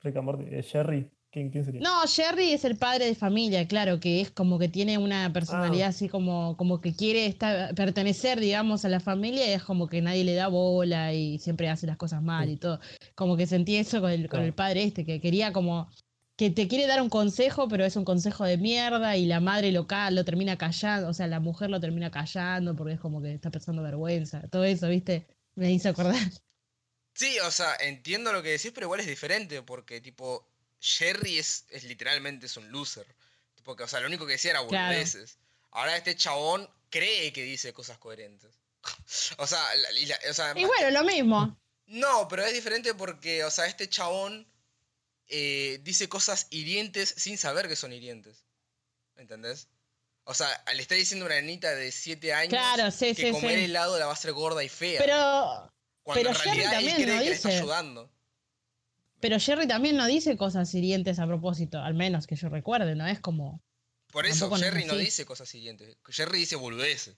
Speaker 1: Rick and Morty? Eh, ¿Jerry? ¿Quién, quién sería?
Speaker 2: No, Jerry es el padre de familia, claro, que es como que tiene una personalidad
Speaker 1: Ah.
Speaker 2: así como, como que quiere estar, pertenecer, digamos, a la familia y es como que nadie le da bola y siempre hace las cosas mal
Speaker 1: Sí.
Speaker 2: y todo. Como que sentí eso con el, con el
Speaker 1: Claro.
Speaker 2: padre este, que quería como, que te quiere dar un consejo, pero es un consejo de mierda y la madre local lo termina callando, o sea, la mujer lo termina callando porque es como que está pensando vergüenza, todo eso, ¿viste? Me hizo acordar.
Speaker 3: Sí, o sea, entiendo lo que decís, pero igual es diferente, porque tipo, Jerry es, es literalmente es un loser. Tipo que, o sea, lo único que decía era
Speaker 2: Claro.
Speaker 3: boludeces. Ahora este chabón cree que dice cosas coherentes. o sea, la- y la- o sea,
Speaker 2: Y bueno, lo mismo.
Speaker 3: no, pero es diferente porque, o sea, este chabón eh, dice cosas hirientes sin saber que son hirientes. ¿Entendés? O O sea, le está diciendo a una nenita de 7 años
Speaker 2: Claro, sí,
Speaker 3: que
Speaker 2: sí,
Speaker 3: comer
Speaker 2: sí.
Speaker 3: helado la va a hacer gorda y fea.
Speaker 2: Pero,
Speaker 3: cuando
Speaker 2: pero
Speaker 3: en
Speaker 2: Jerry
Speaker 3: realidad él
Speaker 2: también
Speaker 3: cree
Speaker 2: lo
Speaker 3: que le está
Speaker 2: dice.
Speaker 3: ayudando.
Speaker 2: pero Jerry también no dice cosas hirientes a propósito, al menos que yo recuerde, ¿no? Es como.
Speaker 3: Por eso
Speaker 2: Tampoco no es
Speaker 3: Jerry no
Speaker 2: así.
Speaker 3: dice cosas siguientes. Jerry dice boludeces.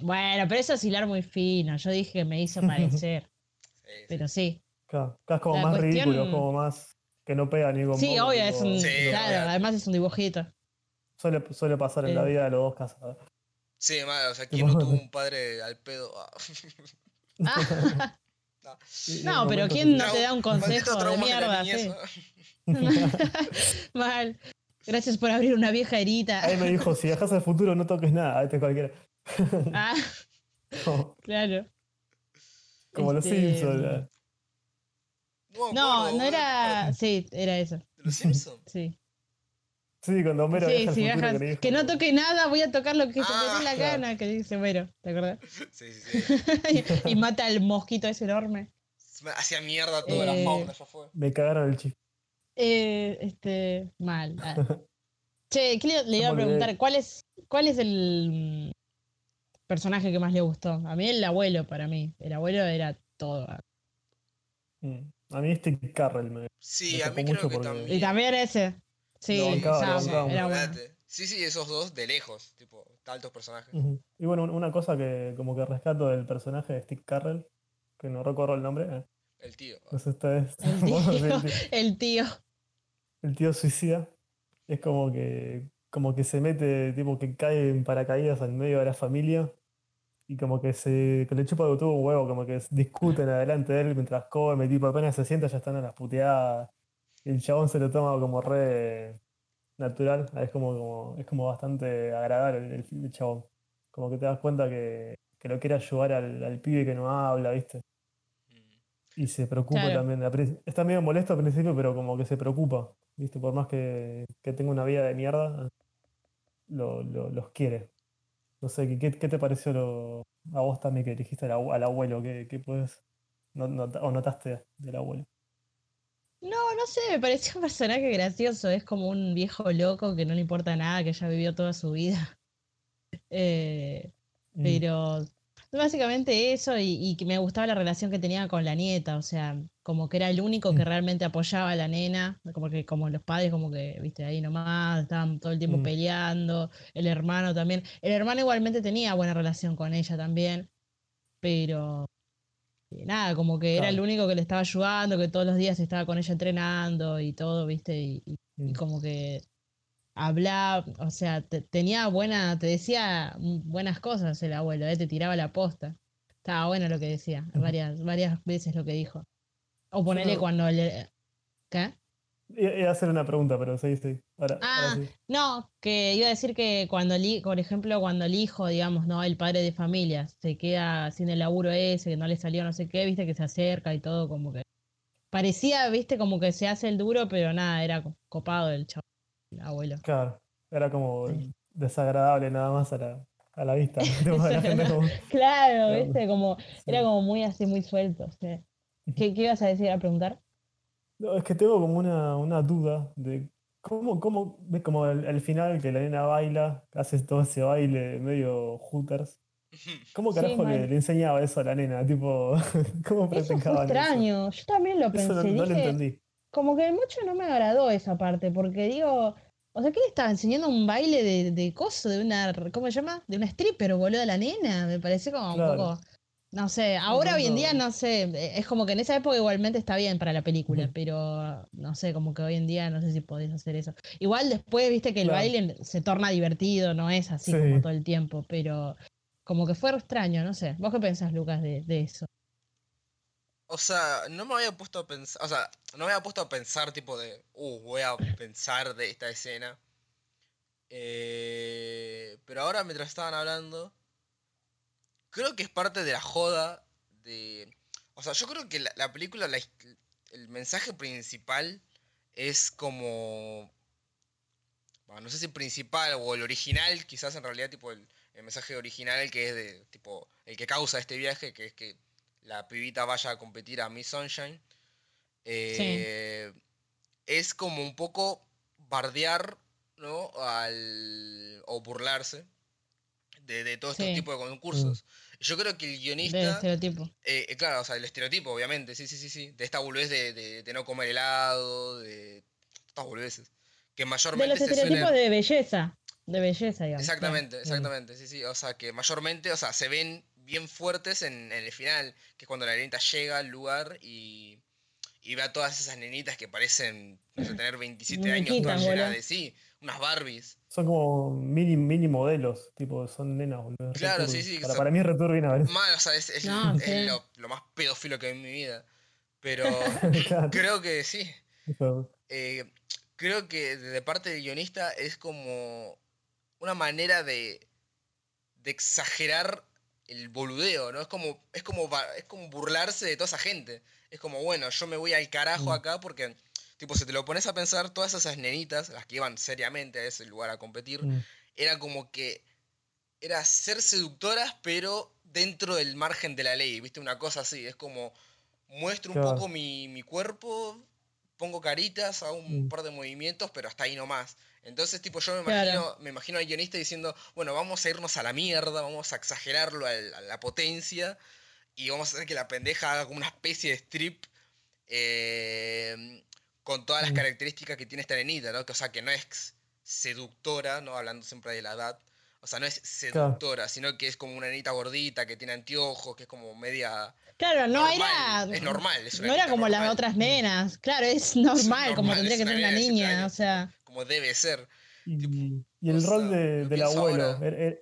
Speaker 2: Bueno, pero eso es hilar muy fino. Yo dije que me hizo parecer,
Speaker 3: Sí, sí.
Speaker 2: pero sí.
Speaker 1: Claro, acá es como
Speaker 2: La
Speaker 1: más
Speaker 2: cuestión-
Speaker 1: ridículo, como más que no pega ni con
Speaker 2: Sí,
Speaker 1: moco,
Speaker 2: obvio, es
Speaker 1: tipo,
Speaker 2: un.
Speaker 3: Sí,
Speaker 2: claro,
Speaker 3: obvio.
Speaker 2: además es un dibujito.
Speaker 1: suele, suele pasar en la
Speaker 2: Sí.
Speaker 1: vida de los dos ¿eh? casados.
Speaker 3: Sí, madre, o sea, ¿quién no
Speaker 1: Tipo-
Speaker 3: tuvo un padre al pedo? Ah,
Speaker 2: Ah,
Speaker 1: Y- y en
Speaker 2: no,
Speaker 1: un
Speaker 2: pero
Speaker 1: momento
Speaker 2: ¿quién
Speaker 1: se-
Speaker 2: no te da un consejo
Speaker 3: malditos
Speaker 2: de
Speaker 3: traumas la ah.
Speaker 2: mierda?
Speaker 3: niñez,
Speaker 2: sí?
Speaker 3: ¿no?
Speaker 2: Mal. Gracias por abrir una vieja herida.
Speaker 1: Ahí me dijo, si viajas al futuro no toques nada, este es cualquiera.
Speaker 2: Ah,
Speaker 1: Como,
Speaker 2: claro.
Speaker 1: como los
Speaker 2: Este,
Speaker 1: Simpsons. la-
Speaker 3: No, me
Speaker 2: No, no
Speaker 3: acuerdo, boludo,
Speaker 2: era. Sí, era eso.
Speaker 3: de Los Simpsons.
Speaker 2: Sí.
Speaker 1: Sí, cuando Homero
Speaker 2: sí,
Speaker 1: viaja al
Speaker 2: sí,
Speaker 1: futuro
Speaker 2: viajas.
Speaker 1: que le dijo,
Speaker 2: Que no toque nada, voy a tocar lo que se me
Speaker 3: Ah,
Speaker 2: dé la
Speaker 1: claro.
Speaker 2: gana, que dice Homero, ¿te acordás?
Speaker 3: Sí, sí, sí.
Speaker 2: y mata al mosquito ese enorme.
Speaker 3: Me Hacía mierda toda la
Speaker 2: Eh,
Speaker 3: fauna, ya fue.
Speaker 1: Me cagaron el chiste.
Speaker 2: Eh, este, mal. ah. Che, ¿qué le, le iba a
Speaker 1: Estamos
Speaker 2: preguntar?
Speaker 1: bien.
Speaker 2: ¿Cuál es, cuál es el mm, personaje que más le gustó? A mí el abuelo, para mí. El abuelo era todo.
Speaker 1: Mm. A mí este Carrel me...
Speaker 3: Sí,
Speaker 1: me
Speaker 3: a
Speaker 1: tocó
Speaker 3: mí creo
Speaker 1: mucho
Speaker 3: que
Speaker 1: porque-
Speaker 2: Y
Speaker 3: también.
Speaker 2: también ese. Sí,
Speaker 1: Lo bancaba, lo
Speaker 2: Sam,
Speaker 1: bancaba un
Speaker 2: era bueno.
Speaker 3: olvidate. Sí, sí, esos dos de lejos, tipo, altos personajes.
Speaker 1: Ujú. Y bueno, un- una cosa que como que rescato del personaje de Steve Carrell, que no recuerdo el nombre, eh,
Speaker 3: El tío.
Speaker 1: no sé ustedes.
Speaker 2: El
Speaker 1: Bueno, sí,
Speaker 2: tío.
Speaker 1: el tío-
Speaker 2: El tío.
Speaker 1: el tío suicida es como que como que se mete, tipo que cae en paracaídas al medio de la familia y como que se que le chupa de todo un huevo, como que discuten adelante de él mientras come, tipo apenas se sienta ya están a las puteadas. El chabón se lo toma como re natural, es como, como es como bastante agradable el, el chabón. Como que te das cuenta que, que lo quiere ayudar al, al pibe que no habla, ¿viste?
Speaker 3: Mm.
Speaker 1: Y se preocupa
Speaker 2: Claro.
Speaker 1: también. al prin- Está medio molesto al principio, pero como que se preocupa. ¿Viste? Por más que, que tenga una vida de mierda, lo- lo- los quiere. No sé, ¿qué- ¿qué, qué te pareció lo, a vos también que elegiste al, abue- al abuelo? ¿Qué, qué puedes, o notaste del abuelo?
Speaker 2: No, no sé, me pareció un personaje gracioso. Es como un viejo loco que no le importa nada, que ya vivió toda su vida. Eh,
Speaker 1: Mm.
Speaker 2: Pero básicamente eso, y, y que me gustaba la relación que tenía con la nieta, o sea, como que era el único que
Speaker 1: Mm.
Speaker 2: realmente apoyaba a la nena, como que como los padres, como que, viste, ahí nomás, estaban todo el tiempo
Speaker 1: Mm.
Speaker 2: peleando, el hermano también. El hermano igualmente tenía buena relación con ella también, pero eh, nada, como que era el
Speaker 1: Claro.
Speaker 2: único que le estaba ayudando, que todos los días estaba con ella entrenando y todo, viste, y, y- y
Speaker 1: Mm.
Speaker 2: como que hablaba, o sea, te- tenía buena, te decía mm, buenas cosas el abuelo, eh, te tiraba la posta. Estaba bueno lo que decía,
Speaker 1: Ujú.
Speaker 2: varias, varias veces lo que dijo. O ponele
Speaker 1: no-
Speaker 2: cuando le... ¿Qué?
Speaker 1: I- Iba a hacer una pregunta, pero sí, sí. Ahora, ahora
Speaker 2: Ah,
Speaker 1: sí.
Speaker 2: No, que iba a decir que cuando, el hi- por ejemplo, cuando el hijo, digamos, ¿no? El padre de familia se queda sin el laburo ese, que no le salió no sé qué, viste, que se acerca y todo, como que... Parecía, viste, como que se hace el duro, pero nada, era co- copado el chavo, el abuelo.
Speaker 1: Claro, era como
Speaker 2: Sí.
Speaker 1: desagradable nada más a la, a la vista. Tipo, la gente como-
Speaker 2: Claro,
Speaker 1: Claro.
Speaker 2: viste, como, era
Speaker 1: sí.
Speaker 2: como muy así, muy suelto. sí. ¿Qué, qué ibas a decir, a preguntar?
Speaker 1: No, es que tengo como una, una duda de cómo, cómo, ves como al, al final que la nena baila, hace todo ese baile medio hooters. ¿Cómo
Speaker 2: Sí,
Speaker 1: carajo le,
Speaker 2: mal.
Speaker 1: le enseñaba eso a la nena? Tipo, ¿cómo
Speaker 2: Eso fue
Speaker 1: practicaban eso?
Speaker 2: extraño, yo también lo
Speaker 1: Eso
Speaker 2: pensé,
Speaker 1: no, no lo
Speaker 2: dije,
Speaker 1: entendí.
Speaker 2: como que mucho no me agradó esa parte, porque digo, o sea, ¿qué le estaba enseñando un baile de, de coso, de una, ¿cómo se llama? De una stripper, boludo, a la nena, me pareció como un
Speaker 1: Claro.
Speaker 2: poco, no sé, ahora hoy en día
Speaker 1: no.
Speaker 2: no sé, eh, es como que en esa época igualmente está bien para la película,
Speaker 1: Ujú.
Speaker 2: pero no sé, como que hoy en día no sé si podés hacer eso. Igual después, viste que el
Speaker 1: Claro.
Speaker 2: baile se torna divertido, no es así como
Speaker 1: Sí.
Speaker 2: todo el tiempo, pero como que fue re extraño, no sé. ¿Vos qué pensás, Lucas, de, de eso?
Speaker 3: O sea, no me había puesto a pensar, o sea, no me había puesto a pensar tipo de, uh, voy a pensar de esta escena. Eh, pero ahora mientras estaban hablando, creo que es parte de la joda de... O sea, yo creo que la, la película, la his- el mensaje principal es como... bueno, no sé si principal o el original, quizás en realidad tipo el, el mensaje original que es de tipo el que causa este viaje, que es que la pibita vaya a competir a Miss Sunshine. eh, Es como un poco bardear ¿no? Al, o burlarse de, de todo este
Speaker 2: Sí. Mm.
Speaker 3: tipo de concursos. Yo creo que el
Speaker 2: Del
Speaker 3: guionista,
Speaker 2: estereotipo.
Speaker 3: eh, eh, claro, o sea, el estereotipo, obviamente, sí, sí, sí, sí, de esta boludez de, de- de no comer helado, de estas boludeces, que
Speaker 2: De
Speaker 3: mayormente
Speaker 2: los
Speaker 3: se
Speaker 2: estereotipos
Speaker 3: suelen...
Speaker 2: de belleza. De belleza, digamos.
Speaker 3: Exactamente,
Speaker 1: claro.
Speaker 3: exactamente, sí, sí, o sea, que mayormente, o sea, se ven bien fuertes en, en el final, que es cuando la nenita llega al lugar y, y ve a todas esas nenitas que parecen, no sé, tener 27 años,
Speaker 2: Muñequitas,
Speaker 3: todas llenas
Speaker 2: boludo.
Speaker 3: de sí, unas Barbies.
Speaker 1: Son como mini, mini modelos, tipo, son nenas, boludo. es
Speaker 3: Claro, sí,
Speaker 1: returbio.
Speaker 3: sí, que
Speaker 1: Para,
Speaker 3: son-
Speaker 1: para mí es returbina, ¿verdad?
Speaker 3: Mal, o sea, es, es-
Speaker 2: No,
Speaker 3: es
Speaker 2: sí.
Speaker 3: lo, lo más pedófilo que vi en mi vida. Pero
Speaker 1: Claro,
Speaker 3: creo que sí.
Speaker 1: eso.
Speaker 3: eh, creo que de parte del guionista es como una manera de, de exagerar el boludeo, ¿no? Es como, es, como, ba- es como burlarse de toda esa gente. Es como, bueno, yo me voy al carajo
Speaker 1: Mm.
Speaker 3: acá porque, tipo, si te lo pones a pensar, todas esas nenitas, las que iban seriamente a ese lugar a competir,
Speaker 1: Mm.
Speaker 3: era como que era ser seductoras, pero dentro del margen de la ley, ¿viste? Una cosa así, es como muestro un
Speaker 1: Claro.
Speaker 3: poco mi, mi cuerpo, pongo caritas, hago un
Speaker 1: Mm.
Speaker 3: par de movimientos, pero hasta ahí nomás. Entonces, tipo, yo me
Speaker 2: Claro.
Speaker 3: imagino, me imagino al guionista diciendo, bueno, vamos a irnos a la mierda, vamos a exagerarlo al- a la potencia y vamos a hacer que la pendeja haga como una especie de strip eh, con todas las
Speaker 1: Mm.
Speaker 3: características que tiene esta nenita, ¿no? Que, o sea, que no es seductora, ¿no? Hablando siempre de la edad. O sea, no es seductora, sino que es como una nenita gordita que tiene anteojos, que es como media...
Speaker 2: Claro, no
Speaker 3: normal.
Speaker 2: era.
Speaker 3: Es normal. es una
Speaker 2: no era
Speaker 3: nenita
Speaker 2: como las
Speaker 3: normal, Mm.
Speaker 2: otras nenas. Claro, es normal, como
Speaker 3: normal,
Speaker 2: tendría
Speaker 3: es
Speaker 2: que
Speaker 3: una
Speaker 2: ser una
Speaker 3: nena de siete
Speaker 2: niña. O
Speaker 3: años.
Speaker 2: sea,
Speaker 3: Como debe ser.
Speaker 1: Y,
Speaker 3: Tipo,
Speaker 1: y el
Speaker 3: o
Speaker 1: rol
Speaker 3: sea,
Speaker 1: de-
Speaker 3: lo
Speaker 1: del
Speaker 3: pienso
Speaker 1: abuelo,
Speaker 3: ahora.
Speaker 1: er- er-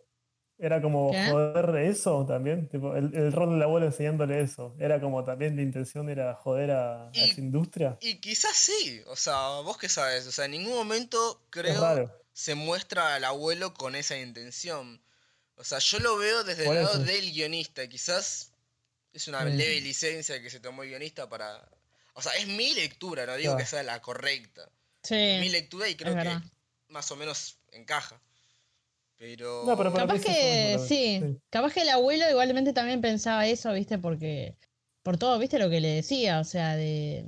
Speaker 1: era como
Speaker 2: ¿Qué?
Speaker 1: joder eso también, tipo, el, el rol del abuelo enseñándole eso, era como también la intención era joder a, a
Speaker 3: Y-
Speaker 1: esa industria.
Speaker 3: Y quizás sí, o sea, vos qué sabes, o sea, en ningún momento
Speaker 1: Es
Speaker 3: creo
Speaker 1: raro.
Speaker 3: se muestra al abuelo con esa intención. O sea, yo lo veo desde
Speaker 1: Por
Speaker 3: el lado
Speaker 1: eso.
Speaker 3: del guionista. Quizás es una
Speaker 1: Mm.
Speaker 3: leve licencia que se tomó el guionista para. O sea, es mi lectura, no digo que
Speaker 1: Claro.
Speaker 3: sea la correcta. Es mi
Speaker 2: sí.
Speaker 3: lectura y creo
Speaker 2: Es
Speaker 3: que
Speaker 2: verdad.
Speaker 3: más o menos encaja. Pero.
Speaker 1: No, pero para
Speaker 2: Capaz
Speaker 1: mí sí fue
Speaker 2: que
Speaker 1: mejor,
Speaker 2: sí,
Speaker 1: sí.
Speaker 2: capaz que el abuelo igualmente también pensaba eso, ¿viste? Porque por todo, ¿viste lo que le decía? O sea, de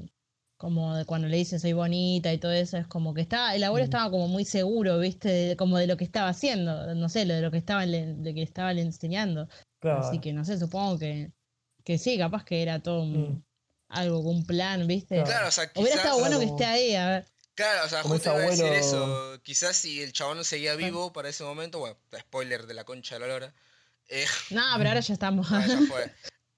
Speaker 2: como de cuando le dice soy bonita y todo eso, es como que estaba el abuelo
Speaker 1: Mm.
Speaker 2: estaba como muy seguro, ¿viste? De- como de lo que estaba haciendo, no sé, lo de lo que estaba le, de que estaba le enseñando.
Speaker 1: Claro.
Speaker 2: Así que no sé, supongo que que sí, capaz que era todo un-
Speaker 1: Mm.
Speaker 2: algo un plan, ¿viste?
Speaker 1: Claro.
Speaker 3: Claro, o sea,
Speaker 2: Hubiera
Speaker 3: quizás.
Speaker 2: estado bueno que
Speaker 1: Claro.
Speaker 2: esté ahí, a ver.
Speaker 3: Claro, o sea,
Speaker 1: Como
Speaker 3: justo
Speaker 1: ese
Speaker 3: iba a decir
Speaker 1: abuelo-
Speaker 3: eso. Quizás si el chabón seguía vivo para ese momento, bueno, spoiler de la concha de la lora. Eh,
Speaker 2: No, pero ahora ya estamos.
Speaker 3: bueno, ya fue.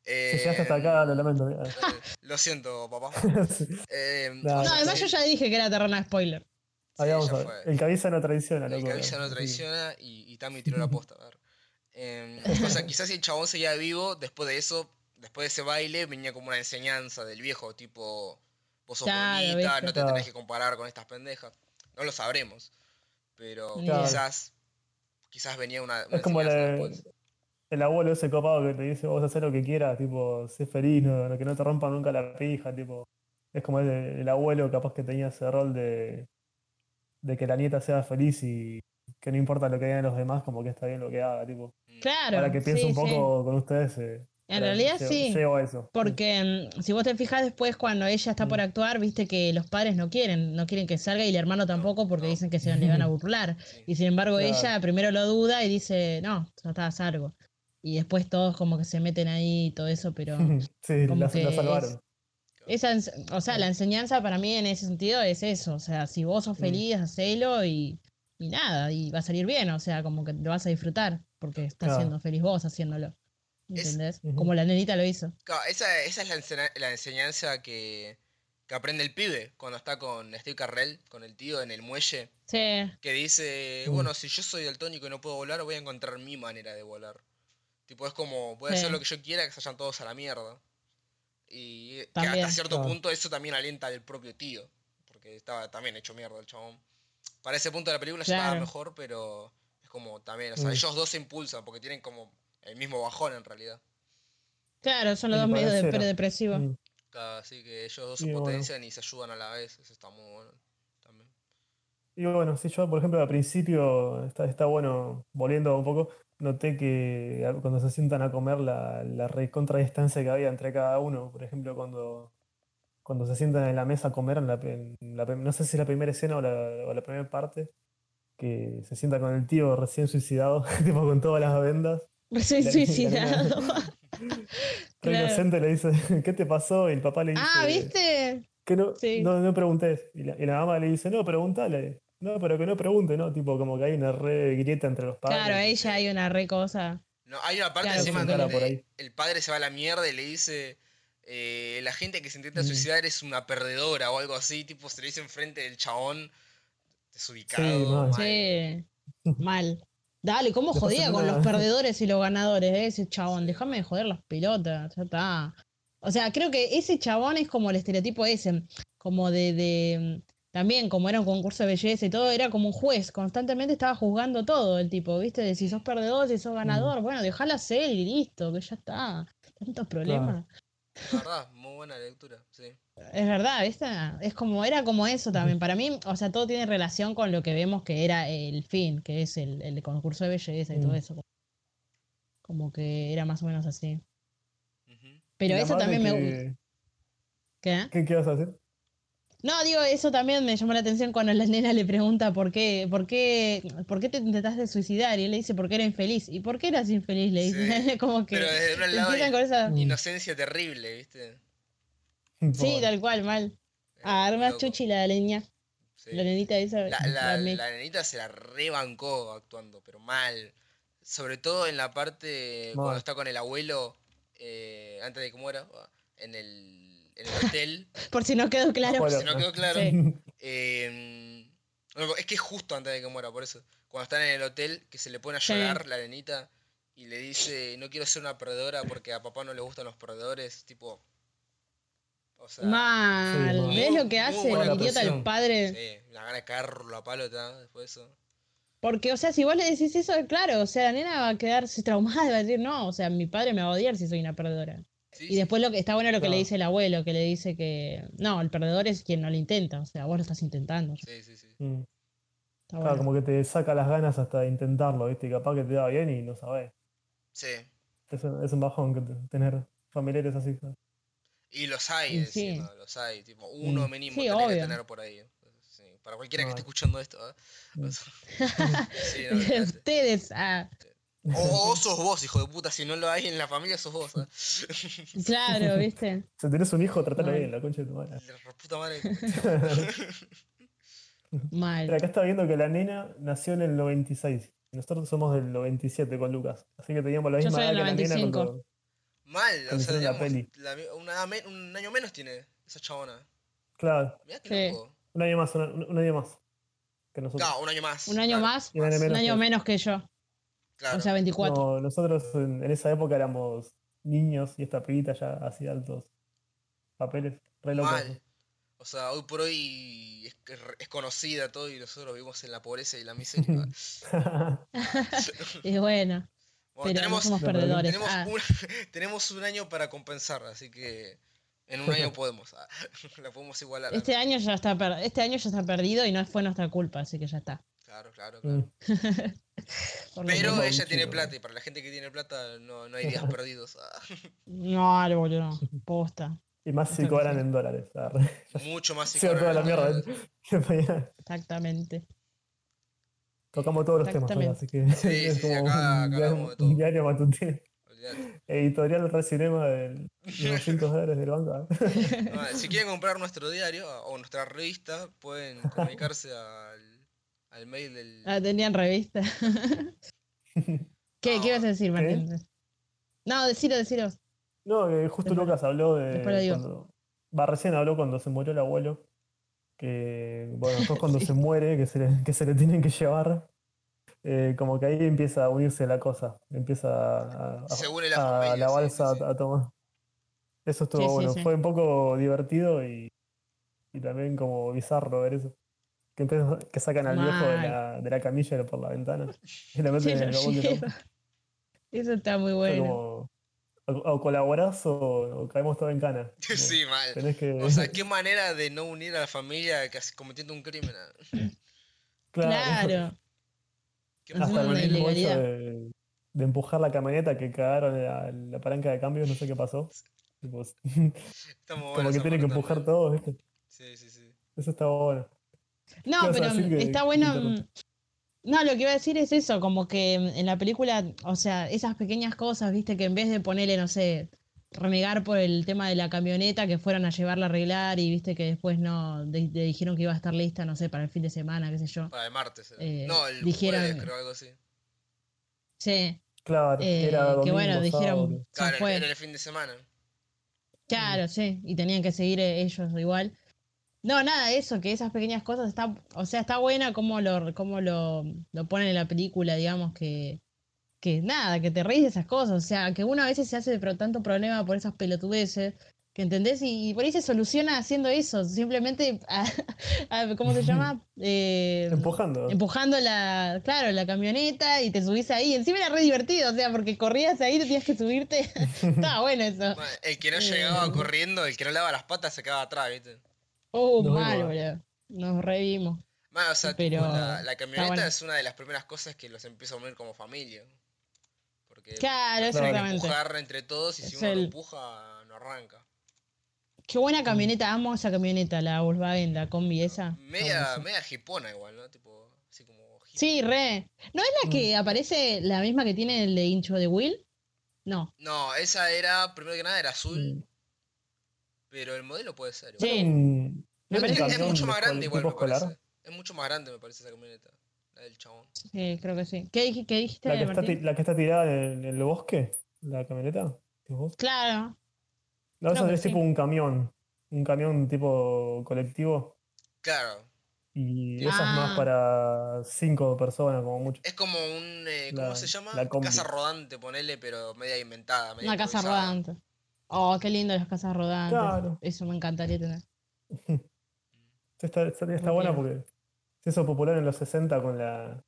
Speaker 1: Si llegaste hasta
Speaker 3: Eh,
Speaker 1: acá, lo lamento. mirá.
Speaker 3: Eh, Lo siento, papá.
Speaker 1: Sí,
Speaker 3: Eh,
Speaker 1: No,
Speaker 3: o
Speaker 2: No,
Speaker 3: sea,
Speaker 2: además
Speaker 3: sí,
Speaker 2: yo ya dije que era terreno de spoiler.
Speaker 3: sí,
Speaker 1: ahí vamos
Speaker 3: ya
Speaker 1: a ver.
Speaker 3: fue.
Speaker 1: El cabeza no traiciona,
Speaker 3: El
Speaker 1: loco.
Speaker 3: que avisa no
Speaker 1: Sí.
Speaker 3: traiciona y, y Tami tiró la posta. a ver. Eh, o sea, quizás si el chabón seguía vivo, después de eso, después de ese baile, venía como una enseñanza del viejo, tipo, vos sos
Speaker 2: Claro,
Speaker 3: bonita,
Speaker 2: viste.
Speaker 3: no te
Speaker 1: Claro.
Speaker 3: tenés que comparar con estas pendejas. No lo sabremos, pero
Speaker 2: Ni idea.
Speaker 3: quizás quizás venía una, una
Speaker 1: Es como
Speaker 3: enseñanza
Speaker 1: la-
Speaker 3: después.
Speaker 1: El abuelo ese copado que te dice, vos hacer lo que quieras, tipo, sé feliz, no, no- que no te rompa nunca la pija, tipo. Es como el, el abuelo capaz que tenía ese rol de, de que la nieta sea feliz y que no importa lo que hagan los demás, como que está bien lo que haga, tipo.
Speaker 3: Mm.
Speaker 2: Claro.
Speaker 1: Ahora que pienso
Speaker 2: sí,
Speaker 1: un
Speaker 2: sí.
Speaker 1: poco con ustedes, eh,
Speaker 2: En
Speaker 1: ahora
Speaker 2: realidad
Speaker 1: llego-
Speaker 2: sí,
Speaker 1: Llego a eso.
Speaker 2: porque mm, si vos te fijas después cuando ella está por
Speaker 1: Mm.
Speaker 2: actuar, viste que los padres no quieren, no quieren que salga y el hermano tampoco porque
Speaker 3: no.
Speaker 2: dicen que se le van a burlar.
Speaker 3: Sí.
Speaker 2: Y sin embargo
Speaker 1: Claro.
Speaker 2: ella primero lo duda y dice, no, ya está, salgo. Y después todos como que se meten ahí y todo eso, pero
Speaker 1: sí,
Speaker 2: como
Speaker 1: la, la
Speaker 2: que es-
Speaker 1: salvaron.
Speaker 2: esa, ens- o sea, la enseñanza para mí en ese sentido es eso, o sea, si vos sos
Speaker 1: Mm.
Speaker 2: feliz, hacelo y, y nada, y va a salir bien, o sea, como que lo vas a disfrutar porque estás
Speaker 1: Claro.
Speaker 2: siendo feliz vos haciéndolo.
Speaker 3: Es-
Speaker 2: ¿Entendés?
Speaker 1: Ujú.
Speaker 2: Como la nenita lo hizo.
Speaker 3: Claro, esa, esa es la, ensena- la enseñanza que, que aprende el pibe cuando está con Steve Carrell, con el tío en el muelle,
Speaker 2: Sí,
Speaker 3: que dice,
Speaker 1: Mm.
Speaker 3: bueno, si yo soy daltónico y no puedo volar, voy a encontrar mi manera de volar. Tipo, es como, voy a hacer
Speaker 2: Sí.
Speaker 3: lo que yo quiera, que se vayan todos a la mierda. Y eh, que
Speaker 2: También.
Speaker 3: hasta cierto
Speaker 1: Claro.
Speaker 3: punto eso también alienta al propio tío, porque estaba también hecho mierda el chabón. Para ese punto de la película ya estaba
Speaker 2: Claro.
Speaker 3: mejor, pero es como también, o sea,
Speaker 1: Mm.
Speaker 3: ellos dos se impulsan porque tienen como el mismo bajón en realidad.
Speaker 2: Claro, son los
Speaker 1: Y
Speaker 2: dos medios de,
Speaker 1: pareciera.
Speaker 2: pero depresivos.
Speaker 1: Mm.
Speaker 3: Claro, así que ellos dos
Speaker 1: Y
Speaker 3: se
Speaker 1: bueno.
Speaker 3: potencian y se ayudan a la vez. Eso está muy bueno también.
Speaker 1: Y bueno, sí, yo, por ejemplo, al principio está, está bueno, volviendo un poco, noté que a- cuando se sientan a comer la, la recontradistancia que había entre cada uno, por ejemplo, cuando, cuando se sientan en la mesa a comer, en la, pe- en la pe- no sé si es la primera escena o la, o la primera parte, que se sienta con el tío recién suicidado, tipo con todas las vendas.
Speaker 2: Recién
Speaker 1: La- la
Speaker 2: suicidado.
Speaker 1: Re
Speaker 2: Claro.
Speaker 1: inocente le dice, ¿qué te pasó? Y el papá le dice,
Speaker 2: ah, ¿viste?
Speaker 1: que no,
Speaker 2: Sí.
Speaker 1: no, no preguntes. Y la, y la mamá le dice, no, pregúntale. No, pero que no pregunte, ¿no? Tipo, como que hay una re grieta entre los padres.
Speaker 2: Claro, ahí ya hay una re cosa.
Speaker 3: No, hay una parte
Speaker 2: Claro,
Speaker 3: encima
Speaker 1: porque- Cara por
Speaker 3: donde
Speaker 1: ahí.
Speaker 3: el padre se va a la mierda y le dice eh, la gente que se intenta
Speaker 1: Mm.
Speaker 3: suicidar es una perdedora o algo así, tipo se le dice enfrente del chabón
Speaker 1: Sí,
Speaker 3: desubicado.
Speaker 1: mal.
Speaker 3: mal.
Speaker 2: Sí, mal. Dale, ¿cómo
Speaker 1: No
Speaker 2: jodía
Speaker 1: pasa
Speaker 2: con
Speaker 1: nada.
Speaker 2: los perdedores y los ganadores eh, ese chabón? Déjame de joder las pelotas, ya está. O sea, creo que ese chabón es como el estereotipo ese, como de, de- También, como era un concurso de belleza y todo, era como un juez, constantemente estaba juzgando todo el tipo, ¿viste? De si sos perdedor, si sos ganador, bueno, dejala ser y listo, que ya está. Tantos problemas.
Speaker 3: La verdad, muy buena lectura, sí.
Speaker 2: Es verdad, ¿viste? Es como, era como eso también. Para mí, o sea, todo tiene relación con lo que vemos que era el fin, que es el, el concurso de belleza y todo
Speaker 1: Mm.
Speaker 2: eso. Como que era más o menos así.
Speaker 3: Ujú.
Speaker 1: Y
Speaker 2: Pero
Speaker 1: la
Speaker 2: eso
Speaker 1: madre
Speaker 2: también me gusta.
Speaker 1: que-
Speaker 2: ¿Qué?
Speaker 1: ¿Qué, qué vas a hacer?
Speaker 2: No, digo, eso también me llamó la atención cuando la nena le pregunta por qué, por qué, por qué te intentaste suicidar. Y él le dice, porque era infeliz. ¿Y por qué eras infeliz? Le dice, como que
Speaker 3: Pero desde un lado
Speaker 2: empiezan
Speaker 3: de
Speaker 2: con esa.
Speaker 1: Mm.
Speaker 3: inocencia terrible, ¿viste?
Speaker 2: Sí,
Speaker 1: Pobre.
Speaker 2: tal cual, mal.
Speaker 3: Eh,
Speaker 2: A
Speaker 3: muy
Speaker 2: armas
Speaker 3: loco,
Speaker 2: Ah, chuchi la leña,
Speaker 3: sí.
Speaker 2: la nenita esa.
Speaker 3: La, la,
Speaker 2: me-
Speaker 3: la nenita se la rebancó actuando, pero mal. Sobre todo en la parte cuando
Speaker 1: Mal.
Speaker 3: está con el abuelo, eh, antes de que muera, en el, en el hotel.
Speaker 2: Por si no quedó claro.
Speaker 1: Bueno.
Speaker 3: si no quedó claro.
Speaker 2: Sí.
Speaker 3: Eh, no, es que es justo antes de que muera, por eso. Cuando están en el hotel, que se le pone a
Speaker 2: Sí.
Speaker 3: llorar la nenita y le dice, no quiero ser una perdedora porque a papá no le gustan los perdedores, tipo... O sea,
Speaker 1: Sí,
Speaker 2: Mal.
Speaker 1: mal.
Speaker 2: ¿Ves lo
Speaker 3: Muy
Speaker 2: que hace
Speaker 3: buena
Speaker 2: el idiota el
Speaker 1: presión.
Speaker 2: padre?
Speaker 3: sí, la gana de cagarlo a palo, ¿tá? Después de eso.
Speaker 2: Porque, o sea, si vos le decís eso, claro, o sea, la nena va a quedarse traumada y va a decir, no, o sea, mi padre me va a odiar si soy una perdedora.
Speaker 3: Sí,
Speaker 2: Y después lo que está bueno lo que le
Speaker 1: Claro.
Speaker 2: dice el abuelo, que le dice que, no, el perdedor es quien no lo intenta, o sea, vos lo estás intentando. ya
Speaker 3: sí, sí, sí.
Speaker 1: Mm.
Speaker 2: Está
Speaker 1: Claro,
Speaker 2: bueno.
Speaker 1: como que te saca las ganas hasta de intentarlo, ¿viste? Y capaz que te da bien y no sabes.
Speaker 3: Sí.
Speaker 1: Es un, es un bajón que te- tener familiares así.
Speaker 3: Y los hay,
Speaker 2: Y sí.
Speaker 3: encima, los hay. Tipo, uno
Speaker 1: Mm.
Speaker 3: mínimo
Speaker 2: Sí,
Speaker 3: tenés que
Speaker 2: obvio.
Speaker 3: tener por ahí. Sí, Para cualquiera que
Speaker 1: Mal.
Speaker 3: esté escuchando esto, ¿eh?
Speaker 1: Mm.
Speaker 3: Sí, no, olvidate.
Speaker 2: Ustedes, ah,
Speaker 3: o, o Oh, sos vos, hijo de puta. Si no lo hay en la familia, sos vos. ¿eh?
Speaker 2: claro, ¿viste?
Speaker 1: Si tenés un hijo, tratalo
Speaker 2: Mal.
Speaker 1: bien, la concha de tu madre.
Speaker 3: La re- puta madre. que-
Speaker 1: Pero
Speaker 2: Mal.
Speaker 1: acá está viendo que la nena nació en el 96. Nosotros somos del 97 con Lucas. Así que teníamos la
Speaker 2: Yo
Speaker 1: misma
Speaker 2: soy
Speaker 1: edad
Speaker 2: del
Speaker 1: que la nena
Speaker 2: 95.
Speaker 1: cuando.
Speaker 3: Mal, o
Speaker 1: Cuando
Speaker 3: sea,
Speaker 1: hicieron la
Speaker 3: digamos,
Speaker 1: peli.
Speaker 3: la mi- una edad men- un año menos tiene esa chabona.
Speaker 1: Claro,
Speaker 3: Mirá que
Speaker 2: Sí.
Speaker 3: loco.
Speaker 1: un año más, un, un año más que nosotros.
Speaker 3: No, un año más.
Speaker 2: Un año
Speaker 3: claro,
Speaker 2: más,
Speaker 1: Y un año
Speaker 2: un
Speaker 1: menos
Speaker 2: año
Speaker 1: que-
Speaker 2: menos que yo,
Speaker 3: Claro.
Speaker 2: o sea, 24.
Speaker 1: No, nosotros en, en esa época éramos niños y esta pibita ya hacía altos papeles re locos.
Speaker 3: mal. O sea, hoy por hoy es, es re- es conocida todo y nosotros vivimos en la pobreza y la miseria. bueno,
Speaker 1: ¿no?
Speaker 2: Y bueno, pero no
Speaker 3: tenemos,
Speaker 2: somos
Speaker 1: no, pero
Speaker 2: perdedores.
Speaker 3: tenemos,
Speaker 2: ah.
Speaker 3: un, tenemos un año para compensar, así que en un año podemos. ah, la podemos igualar.
Speaker 2: Este año ya está per- este año ya está perdido y no fue nuestra culpa, así que ya está.
Speaker 3: Claro, claro, claro.
Speaker 1: Mm.
Speaker 2: Por lo
Speaker 3: Pero
Speaker 2: menos.
Speaker 1: menos
Speaker 3: ella
Speaker 1: un
Speaker 3: tiene
Speaker 1: chico,
Speaker 3: plata y para la gente que tiene plata no, no hay días perdidos. ah.
Speaker 2: No, no, boludo, no. Posta.
Speaker 1: y más si
Speaker 2: Entonces,
Speaker 1: cobran
Speaker 2: sí.
Speaker 1: en dólares. arre.
Speaker 3: Mucho más
Speaker 1: Se va toda la mierda. ¿eh? Mañana
Speaker 2: Exactamente.
Speaker 1: Tocamos todos los temas,
Speaker 2: Exactamente.
Speaker 1: ¿no? así que
Speaker 3: Sí, sí, sí, acá- acá
Speaker 1: diario,
Speaker 3: hablamos de todo.
Speaker 1: un diario matutino.
Speaker 3: Olvidate.
Speaker 1: Editorial Recinema del de 200 dólares del banco. ¿eh?
Speaker 3: Ah, si quieren comprar nuestro diario ah, o nuestra revista, pueden comunicarse al, al mail del.
Speaker 2: Ah, tenían revista. ¿Qué, ¿Qué ibas a decir, Martín? No, decilo, decilo.
Speaker 1: No, que justo
Speaker 2: Después-
Speaker 1: Lucas habló de
Speaker 2: después lo digo.
Speaker 1: cuando- va, recién habló cuando se murió el abuelo. Que bueno, después cuando se muere, que se le, que se le tienen que llevar. eh, como que ahí empieza a unirse la cosa. Empieza a, a-
Speaker 3: Se une la
Speaker 1: a
Speaker 3: familia,
Speaker 1: la
Speaker 3: sí,
Speaker 1: balsa
Speaker 3: sí, sí.
Speaker 1: a, a tomar. Eso estuvo
Speaker 2: Sí, sí,
Speaker 1: bueno.
Speaker 2: sí.
Speaker 1: Fue un poco divertido y, y también como bizarro ver eso. Que, empiezan- que sacan al viejo de
Speaker 2: Mal.
Speaker 1: la, de la camilla por la ventana y le meten
Speaker 2: Sí,
Speaker 1: en el
Speaker 2: lo
Speaker 1: baúl de ropa.
Speaker 2: lleva. Eso está muy
Speaker 1: Fue
Speaker 2: bueno.
Speaker 1: como, o, o colaborás o, o caemos todo en cana. Como,
Speaker 3: Sí, mal.
Speaker 1: Tenés que.
Speaker 3: O sea, qué manera de no unir a la familia que hace- cometiendo un crimen. ah.
Speaker 2: Claro.
Speaker 3: Qué
Speaker 2: Encima
Speaker 1: Hasta el
Speaker 3: mala
Speaker 2: una
Speaker 3: manera.
Speaker 1: mismo hecho
Speaker 2: ilegalidad.
Speaker 1: de, de empujar la camioneta que cagaron la, la palanca de cambios, no sé qué pasó. Tipo,
Speaker 3: Estamos
Speaker 1: como que tiene que empujar todo, ¿viste?
Speaker 3: Sí, sí, sí.
Speaker 1: Eso está bueno.
Speaker 2: No,
Speaker 1: ibas a
Speaker 2: pero
Speaker 1: decir que-
Speaker 2: está
Speaker 1: que
Speaker 2: bueno.
Speaker 1: te
Speaker 2: mm, No, lo que iba a decir es eso, como que mm, en la película, o sea, esas pequeñas cosas, viste, que en vez de ponerle, no sé, renegar por el tema de la camioneta, que fueron a llevarla a arreglar y viste que después no, le le dijeron que iba a estar lista, no sé, para el fin de semana, qué sé yo.
Speaker 3: Para el martes. era.
Speaker 2: Eh,
Speaker 3: no, el
Speaker 2: dijeron-
Speaker 3: jueves, creo, algo así.
Speaker 2: Sí,
Speaker 1: Claro,
Speaker 2: eh,
Speaker 1: era domingo,
Speaker 2: que bueno,
Speaker 1: sábado.
Speaker 2: dijeron, se
Speaker 3: Claro,
Speaker 2: fue.
Speaker 3: era el fin de semana.
Speaker 2: Claro, sí, y tenían que seguir eh, ellos igual. No, nada, eso, que esas pequeñas cosas está, o sea, está buena como lo, como lo, lo ponen en la película, digamos, que, que nada, que te reís de esas cosas, o sea, que uno a veces se hace pro- tanto problema por esas pelotudeces, que entendés, y, y por ahí se soluciona haciendo eso, simplemente, a- a- ¿cómo se llama? Eh,
Speaker 1: Empujando.
Speaker 2: empujando la, claro, la camioneta y te subís ahí, encima era re divertido, o sea, porque corrías ahí, te tenías que subirte, estaba bueno eso.
Speaker 3: Bueno, el que no
Speaker 2: Eh.
Speaker 3: llegaba corriendo, el que no lava las patas, se quedaba atrás, ¿viste?
Speaker 2: Oh,
Speaker 1: Nos
Speaker 2: mal,
Speaker 1: vimos.
Speaker 2: boludo. Nos revimos.
Speaker 3: Bueno, o sea, tipo,
Speaker 2: Pero
Speaker 3: la, la camioneta
Speaker 2: bueno.
Speaker 3: es una de las primeras cosas que los empieza a unir como familia. Porque
Speaker 2: Claro,
Speaker 1: Claro.
Speaker 2: exactamente.
Speaker 3: empujar entre todos y si
Speaker 2: Es
Speaker 3: uno no
Speaker 2: el-
Speaker 3: empuja, no arranca.
Speaker 2: Qué buena camioneta, amo esa camioneta, la Volkswagen, la combi esa. Está
Speaker 3: Media,
Speaker 2: buenísima.
Speaker 3: media hipona igual, ¿no? Tipo, así como... hippie.
Speaker 2: Sí, re. ¿No es la
Speaker 1: Mm.
Speaker 2: que aparece la misma que tiene el de hincho de Will? No.
Speaker 3: No, esa era, primero que nada, era azul,
Speaker 1: Mm.
Speaker 3: pero el modelo puede ser. igual.
Speaker 2: Sí,
Speaker 1: Era un-
Speaker 2: Me
Speaker 1: era un
Speaker 2: parece
Speaker 3: es,
Speaker 2: que
Speaker 3: es
Speaker 1: camión
Speaker 3: mucho más
Speaker 1: de
Speaker 3: grande
Speaker 1: tipo
Speaker 3: igual, me
Speaker 1: escolar,
Speaker 3: parece. Es mucho más grande, me parece, esa camioneta. La del chabón.
Speaker 2: Sí, eh, creo que sí. ¿Qué, dij- qué dijiste,
Speaker 1: La que, está,
Speaker 2: Martín?
Speaker 1: ti- la que está tirada en, en el bosque, la camioneta. ¿decís vos?
Speaker 2: Claro.
Speaker 1: La
Speaker 2: Creo
Speaker 1: otra
Speaker 2: que
Speaker 1: es
Speaker 2: sí.
Speaker 1: tipo un camión, un camión tipo colectivo.
Speaker 3: Claro,
Speaker 1: Y
Speaker 3: Ah.
Speaker 1: esa es más para cinco personas, como mucho.
Speaker 3: es como un... eh, ¿Cómo
Speaker 1: La-
Speaker 3: se llama?
Speaker 1: la combi.
Speaker 3: casa rodante, ponele, pero media inventada. Media
Speaker 2: Una casa
Speaker 3: improvisada.
Speaker 2: rodante. Oh, qué lindo las casas rodantes.
Speaker 1: Claro.
Speaker 2: Eso me encantaría tener.
Speaker 1: Esta, esta- está
Speaker 2: Muy
Speaker 1: buena
Speaker 2: bien.
Speaker 1: porque se hizo popular en los 60 con la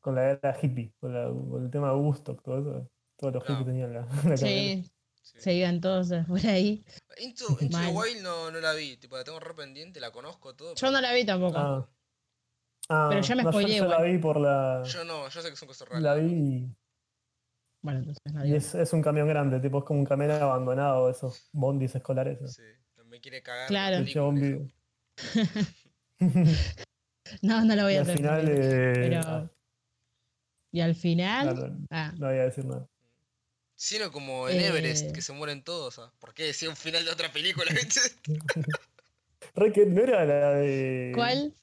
Speaker 1: con la era hippie, con, la- con el tema de Woodstock, todo eso. Todos los
Speaker 3: Claro.
Speaker 1: hippies tenían la, la camioneta.
Speaker 2: Sí,
Speaker 3: Sí.
Speaker 2: se iban todos por ahí.
Speaker 3: Into, Into the
Speaker 2: Mal.
Speaker 3: Wild no, no la vi, tipo, la tengo re pendiente, la conozco todo.
Speaker 2: Yo no la vi tampoco.
Speaker 1: Ah, Ah,
Speaker 2: Pero ya me
Speaker 1: no, yo-
Speaker 2: spoileé
Speaker 1: yo la
Speaker 2: igual.
Speaker 1: vi por la.
Speaker 3: Yo no, yo sé que son cosas raras.
Speaker 1: La vi
Speaker 2: Bueno, entonces no
Speaker 1: y, y
Speaker 2: digo.
Speaker 1: es, es un camión grande, tipo, es como un camión abandonado, esos bondis escolares. ¿no?
Speaker 3: Sí, me quiere cagar.
Speaker 2: Claro.
Speaker 3: la
Speaker 1: El chabón
Speaker 3: película,
Speaker 1: vive.
Speaker 3: eso.
Speaker 2: No, no la voy
Speaker 1: y
Speaker 2: a
Speaker 1: al
Speaker 2: tener.
Speaker 1: final. eh,
Speaker 2: Pero-
Speaker 1: ah,
Speaker 2: Y al final.
Speaker 1: claro,
Speaker 2: Ah,
Speaker 1: no voy a decir nada.
Speaker 3: Sino como en
Speaker 2: Eh.
Speaker 3: Everest, que se mueren todos. ¿ah? ¿Por qué decía un final de otra película? viste?
Speaker 1: Re que ¿No era la de.
Speaker 2: ¿cuál?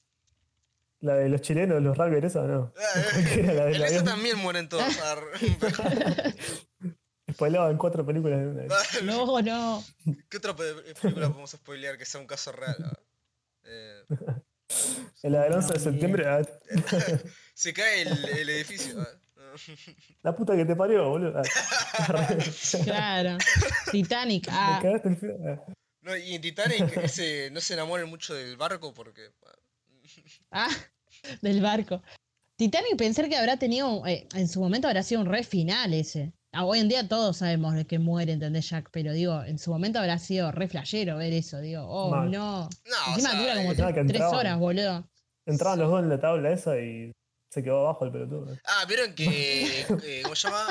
Speaker 1: La de los chilenos, los rugby, esa, no. Era la del
Speaker 3: en esa
Speaker 1: avión.
Speaker 3: también mueren todos. ah, ar.
Speaker 1: Spoilaban cuatro películas de una vez.
Speaker 2: No, no.
Speaker 3: ah, ¿Qué otra pe- eh, película podemos spoilear que sea un caso real? ah? Eh,
Speaker 1: En la del 11 de
Speaker 2: No, ni idea.
Speaker 1: septiembre, ah,
Speaker 3: se cae el, el edificio. ah.
Speaker 1: la puta que te parió, boludo. Ah,
Speaker 2: Claro. Titanic.
Speaker 1: me
Speaker 2: Ah,
Speaker 1: cagaste el final. Ah,
Speaker 3: No, y en Titanic ese, no se enamoren mucho del barco porque... ah,
Speaker 2: ah, del barco. Titanic pensar que habrá tenido, eh, en su momento habrá sido un re final ese. Ah, hoy en día todos sabemos de que muere, ¿entendés, Jack? Pero digo, en su momento habrá sido re flashero ver eso. Digo, oh,
Speaker 1: Mal.
Speaker 2: no.
Speaker 3: No, o
Speaker 2: Encima
Speaker 3: sea,
Speaker 2: dura como
Speaker 3: eh,
Speaker 1: nada, que
Speaker 2: tres, tres
Speaker 1: entraban.
Speaker 2: horas, boludo.
Speaker 1: Entraban los dos en la tabla esa y se quedó abajo el pelotudo.
Speaker 3: Ah, ¿vieron que. eh, ¿Cómo se llama?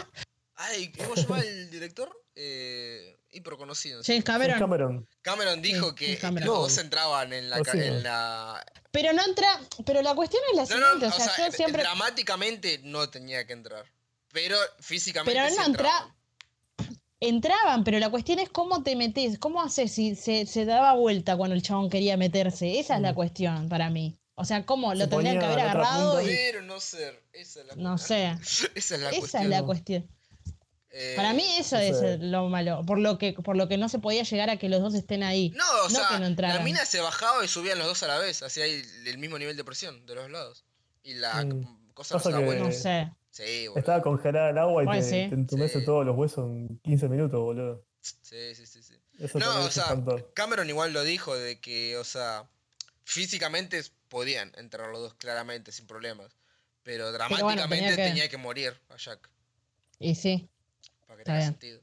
Speaker 3: Ay, ¿cómo se llama el director? Eh, hiperconocido.
Speaker 2: James
Speaker 1: James
Speaker 2: Cameron.
Speaker 1: Cameron.
Speaker 3: Cameron dijo
Speaker 2: Sí,
Speaker 3: que
Speaker 2: sí,
Speaker 3: eh,
Speaker 2: Cameron.
Speaker 3: los dos entraban en la.
Speaker 1: O
Speaker 3: ca-
Speaker 1: sea.
Speaker 3: en la...
Speaker 2: Pero no entra. Pero la cuestión es la
Speaker 3: No, eh, no,
Speaker 2: siguiente. o, sea, yo siempre.
Speaker 3: dramáticamente no tenía que entrar. Pero físicamente.
Speaker 2: Pero
Speaker 3: sí
Speaker 2: no
Speaker 3: entraban.
Speaker 2: Entraban, pero la cuestión es cómo te metes, cómo haces si se, se daba vuelta cuando el chabón quería meterse. Esa es la
Speaker 1: Mm.
Speaker 2: cuestión para mí. O sea, cómo lo
Speaker 1: Se
Speaker 2: tendrían que
Speaker 1: ponía
Speaker 2: haber
Speaker 1: al otro
Speaker 2: agarrado
Speaker 1: punto
Speaker 2: y.
Speaker 3: Pero no ser. Esa es la,
Speaker 2: No sé.
Speaker 3: esa es la
Speaker 2: Esa
Speaker 3: cuestión.
Speaker 2: es la
Speaker 1: no.
Speaker 2: cuestión.
Speaker 3: Eh,
Speaker 2: Para mí eso es
Speaker 1: ese-
Speaker 2: eh, lo malo. Por lo que, por lo que no se podía llegar a que los dos estén ahí.
Speaker 3: No, o
Speaker 2: no
Speaker 3: sea,
Speaker 2: que no
Speaker 3: la
Speaker 2: entraran.
Speaker 3: mina se bajaba y subían los dos a la vez. Hacía el, el mismo nivel de presión de los lados. Y la
Speaker 1: Mm.
Speaker 3: cosa no
Speaker 1: Pasa
Speaker 3: se da
Speaker 1: que-
Speaker 3: vuelta.
Speaker 2: No sé.
Speaker 3: Sí, boludo.
Speaker 1: Estaba congelada el agua y
Speaker 2: Ay,
Speaker 1: te,
Speaker 2: sí.
Speaker 1: te entumece
Speaker 3: Sí.
Speaker 1: todos los huesos en 15 minutos, boludo.
Speaker 3: Sí, sí, sí, sí.
Speaker 1: Eso
Speaker 3: No,
Speaker 1: también
Speaker 3: o
Speaker 1: es
Speaker 3: sea,
Speaker 1: espantoso.
Speaker 3: Cameron igual lo dijo de que, o sea, físicamente podían entrar los dos claramente sin problemas,
Speaker 2: Pero
Speaker 3: pero
Speaker 2: bueno,
Speaker 3: dramáticamente
Speaker 2: tenía
Speaker 3: tenía, que...
Speaker 2: que-
Speaker 3: morir a Jack
Speaker 2: Y sí.
Speaker 3: para que
Speaker 2: Está
Speaker 3: tenga
Speaker 2: bien.
Speaker 3: sentido.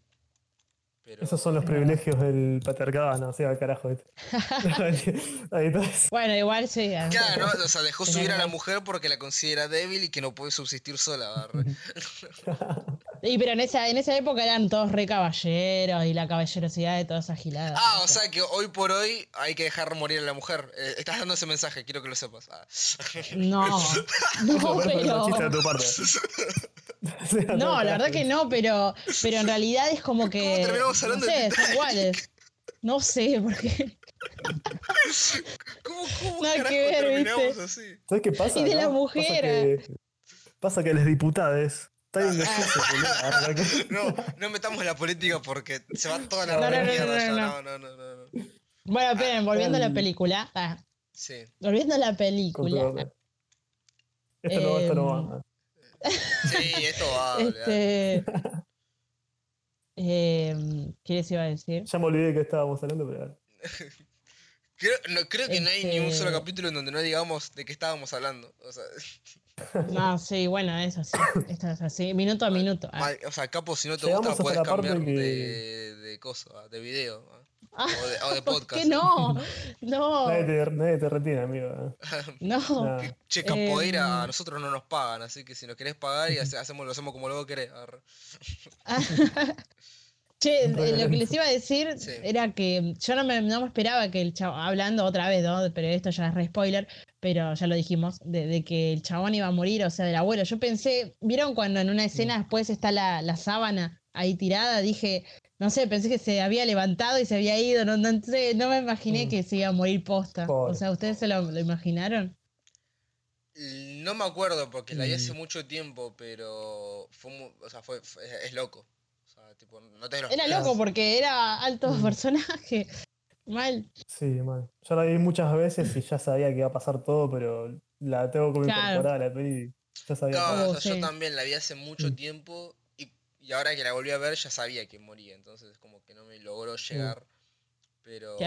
Speaker 3: Pero
Speaker 1: Esos son los privilegios del patriarcado, no, sea, carajo. ¿viste? Ahí está.
Speaker 2: Bueno, igual sí. eh.
Speaker 3: claro, ¿no? o sea, dejó
Speaker 2: Tenía
Speaker 3: subir
Speaker 2: que
Speaker 3: a la
Speaker 2: morir.
Speaker 3: mujer porque la considera débil y que no puede subsistir sola. arre.
Speaker 2: Y pero en esa, en esa época eran todos re caballeros y la caballerosidad de todas esas giladas.
Speaker 3: Ah, o sea que hoy por hoy hay que dejar morir a la mujer. Eh, estás dando ese mensaje, quiero que lo sepas. Ah.
Speaker 2: No, no, pero.
Speaker 1: machista de tu parte. O sea,
Speaker 2: No, la
Speaker 1: carajo.
Speaker 2: verdad que no, pero, pero en realidad es como que.
Speaker 3: ¿Cómo terminamos hablando
Speaker 2: no
Speaker 3: de
Speaker 2: sé, son iguales. No sé, porque.
Speaker 3: ¿Cómo, cómo
Speaker 2: Nada que
Speaker 3: carajo
Speaker 2: ver,
Speaker 3: terminamos
Speaker 2: ¿viste?
Speaker 3: así?
Speaker 1: ¿Sabes qué pasa?
Speaker 2: Y de
Speaker 1: no?
Speaker 2: la
Speaker 1: Pasa
Speaker 2: mujer, Ah.
Speaker 1: que- Pasa que, las diputadas están engañosas, boludo.
Speaker 3: No, no metamos la política porque se va toda la
Speaker 2: No, no, no,
Speaker 3: mierda
Speaker 2: no,
Speaker 3: ya.
Speaker 2: no,
Speaker 3: No, no, no, no, no.
Speaker 2: Bueno,
Speaker 3: Ah,
Speaker 2: esperen, volviendo a la
Speaker 1: el-
Speaker 2: película. ah,
Speaker 3: Sí.
Speaker 2: volviendo a la película.
Speaker 1: Controversia. Esto no, esto no
Speaker 2: Em,
Speaker 1: va.
Speaker 3: Sí, esto va. olvidate.
Speaker 2: Este. em, ¿Qué les iba a decir?
Speaker 1: Ya me olvidé de qué estábamos hablando, pero.
Speaker 3: Creo, no, creo que no hay ni un
Speaker 2: este-
Speaker 3: solo capítulo en donde no digamos de qué estábamos hablando. O sea,
Speaker 2: No, sí, bueno, es así. Esto es así. Minuto a minuto. ah.
Speaker 3: mal- o sea, Capo, si no te
Speaker 1: Llegamos
Speaker 3: gusta,
Speaker 1: hasta
Speaker 3: puedes
Speaker 1: la parte
Speaker 3: cambiar
Speaker 1: que-
Speaker 3: de, de cosa, ah, de video ah,
Speaker 2: Ah,
Speaker 3: o, de, o de
Speaker 2: ¿Por
Speaker 3: podcast.
Speaker 2: qué no? No.
Speaker 1: Nadie te, nadie te retiene, amigo. ¿eh?
Speaker 2: No.
Speaker 1: Nada.
Speaker 3: Che, capoeira, a
Speaker 2: Em.
Speaker 3: nosotros no nos pagan, así que si nos querés pagar y hace- hacemos, lo hacemos como luego querés. arre.
Speaker 2: Che,
Speaker 1: Re-
Speaker 2: eh, lo que les iba a decir
Speaker 3: Sí.
Speaker 2: era que yo no me, no me esperaba que el chabón, hablando otra vez, ¿no? pero esto ya es re spoiler, pero ya lo dijimos, de, de que el chabón iba a morir, o sea, del abuelo. Yo pensé, ¿vieron cuando en una escena después está la, la sábana ahí tirada? Dije, no sé, pensé que se había levantado y se había ido, no, no sé, no me imaginé
Speaker 1: Mm.
Speaker 2: que se iba a morir posta. O
Speaker 1: Pobre.
Speaker 2: sea, ¿ustedes se lo, lo imaginaron?
Speaker 3: No me acuerdo porque la vi hace
Speaker 1: Mm.
Speaker 3: mucho tiempo, pero fue, mu- o sea, fue, fue- es, es loco. O sea, tipo, no te lo
Speaker 2: Era
Speaker 3: esperás.
Speaker 2: loco porque era alto
Speaker 1: Mm.
Speaker 2: personaje. Mal.
Speaker 1: Sí, mal. Yo la vi muchas veces y ya sabía que iba a pasar todo, pero la tengo como
Speaker 2: Claro.
Speaker 1: incorporada a la peli. Ya sabía.
Speaker 3: Claro, o
Speaker 2: Oh,
Speaker 3: sea,
Speaker 2: sí.
Speaker 3: yo también la vi hace mucho
Speaker 1: Mm.
Speaker 3: tiempo y, y ahora que la volví a ver ya sabía que moría, entonces como que no me
Speaker 1: Mm.
Speaker 3: logró llegar. Pero...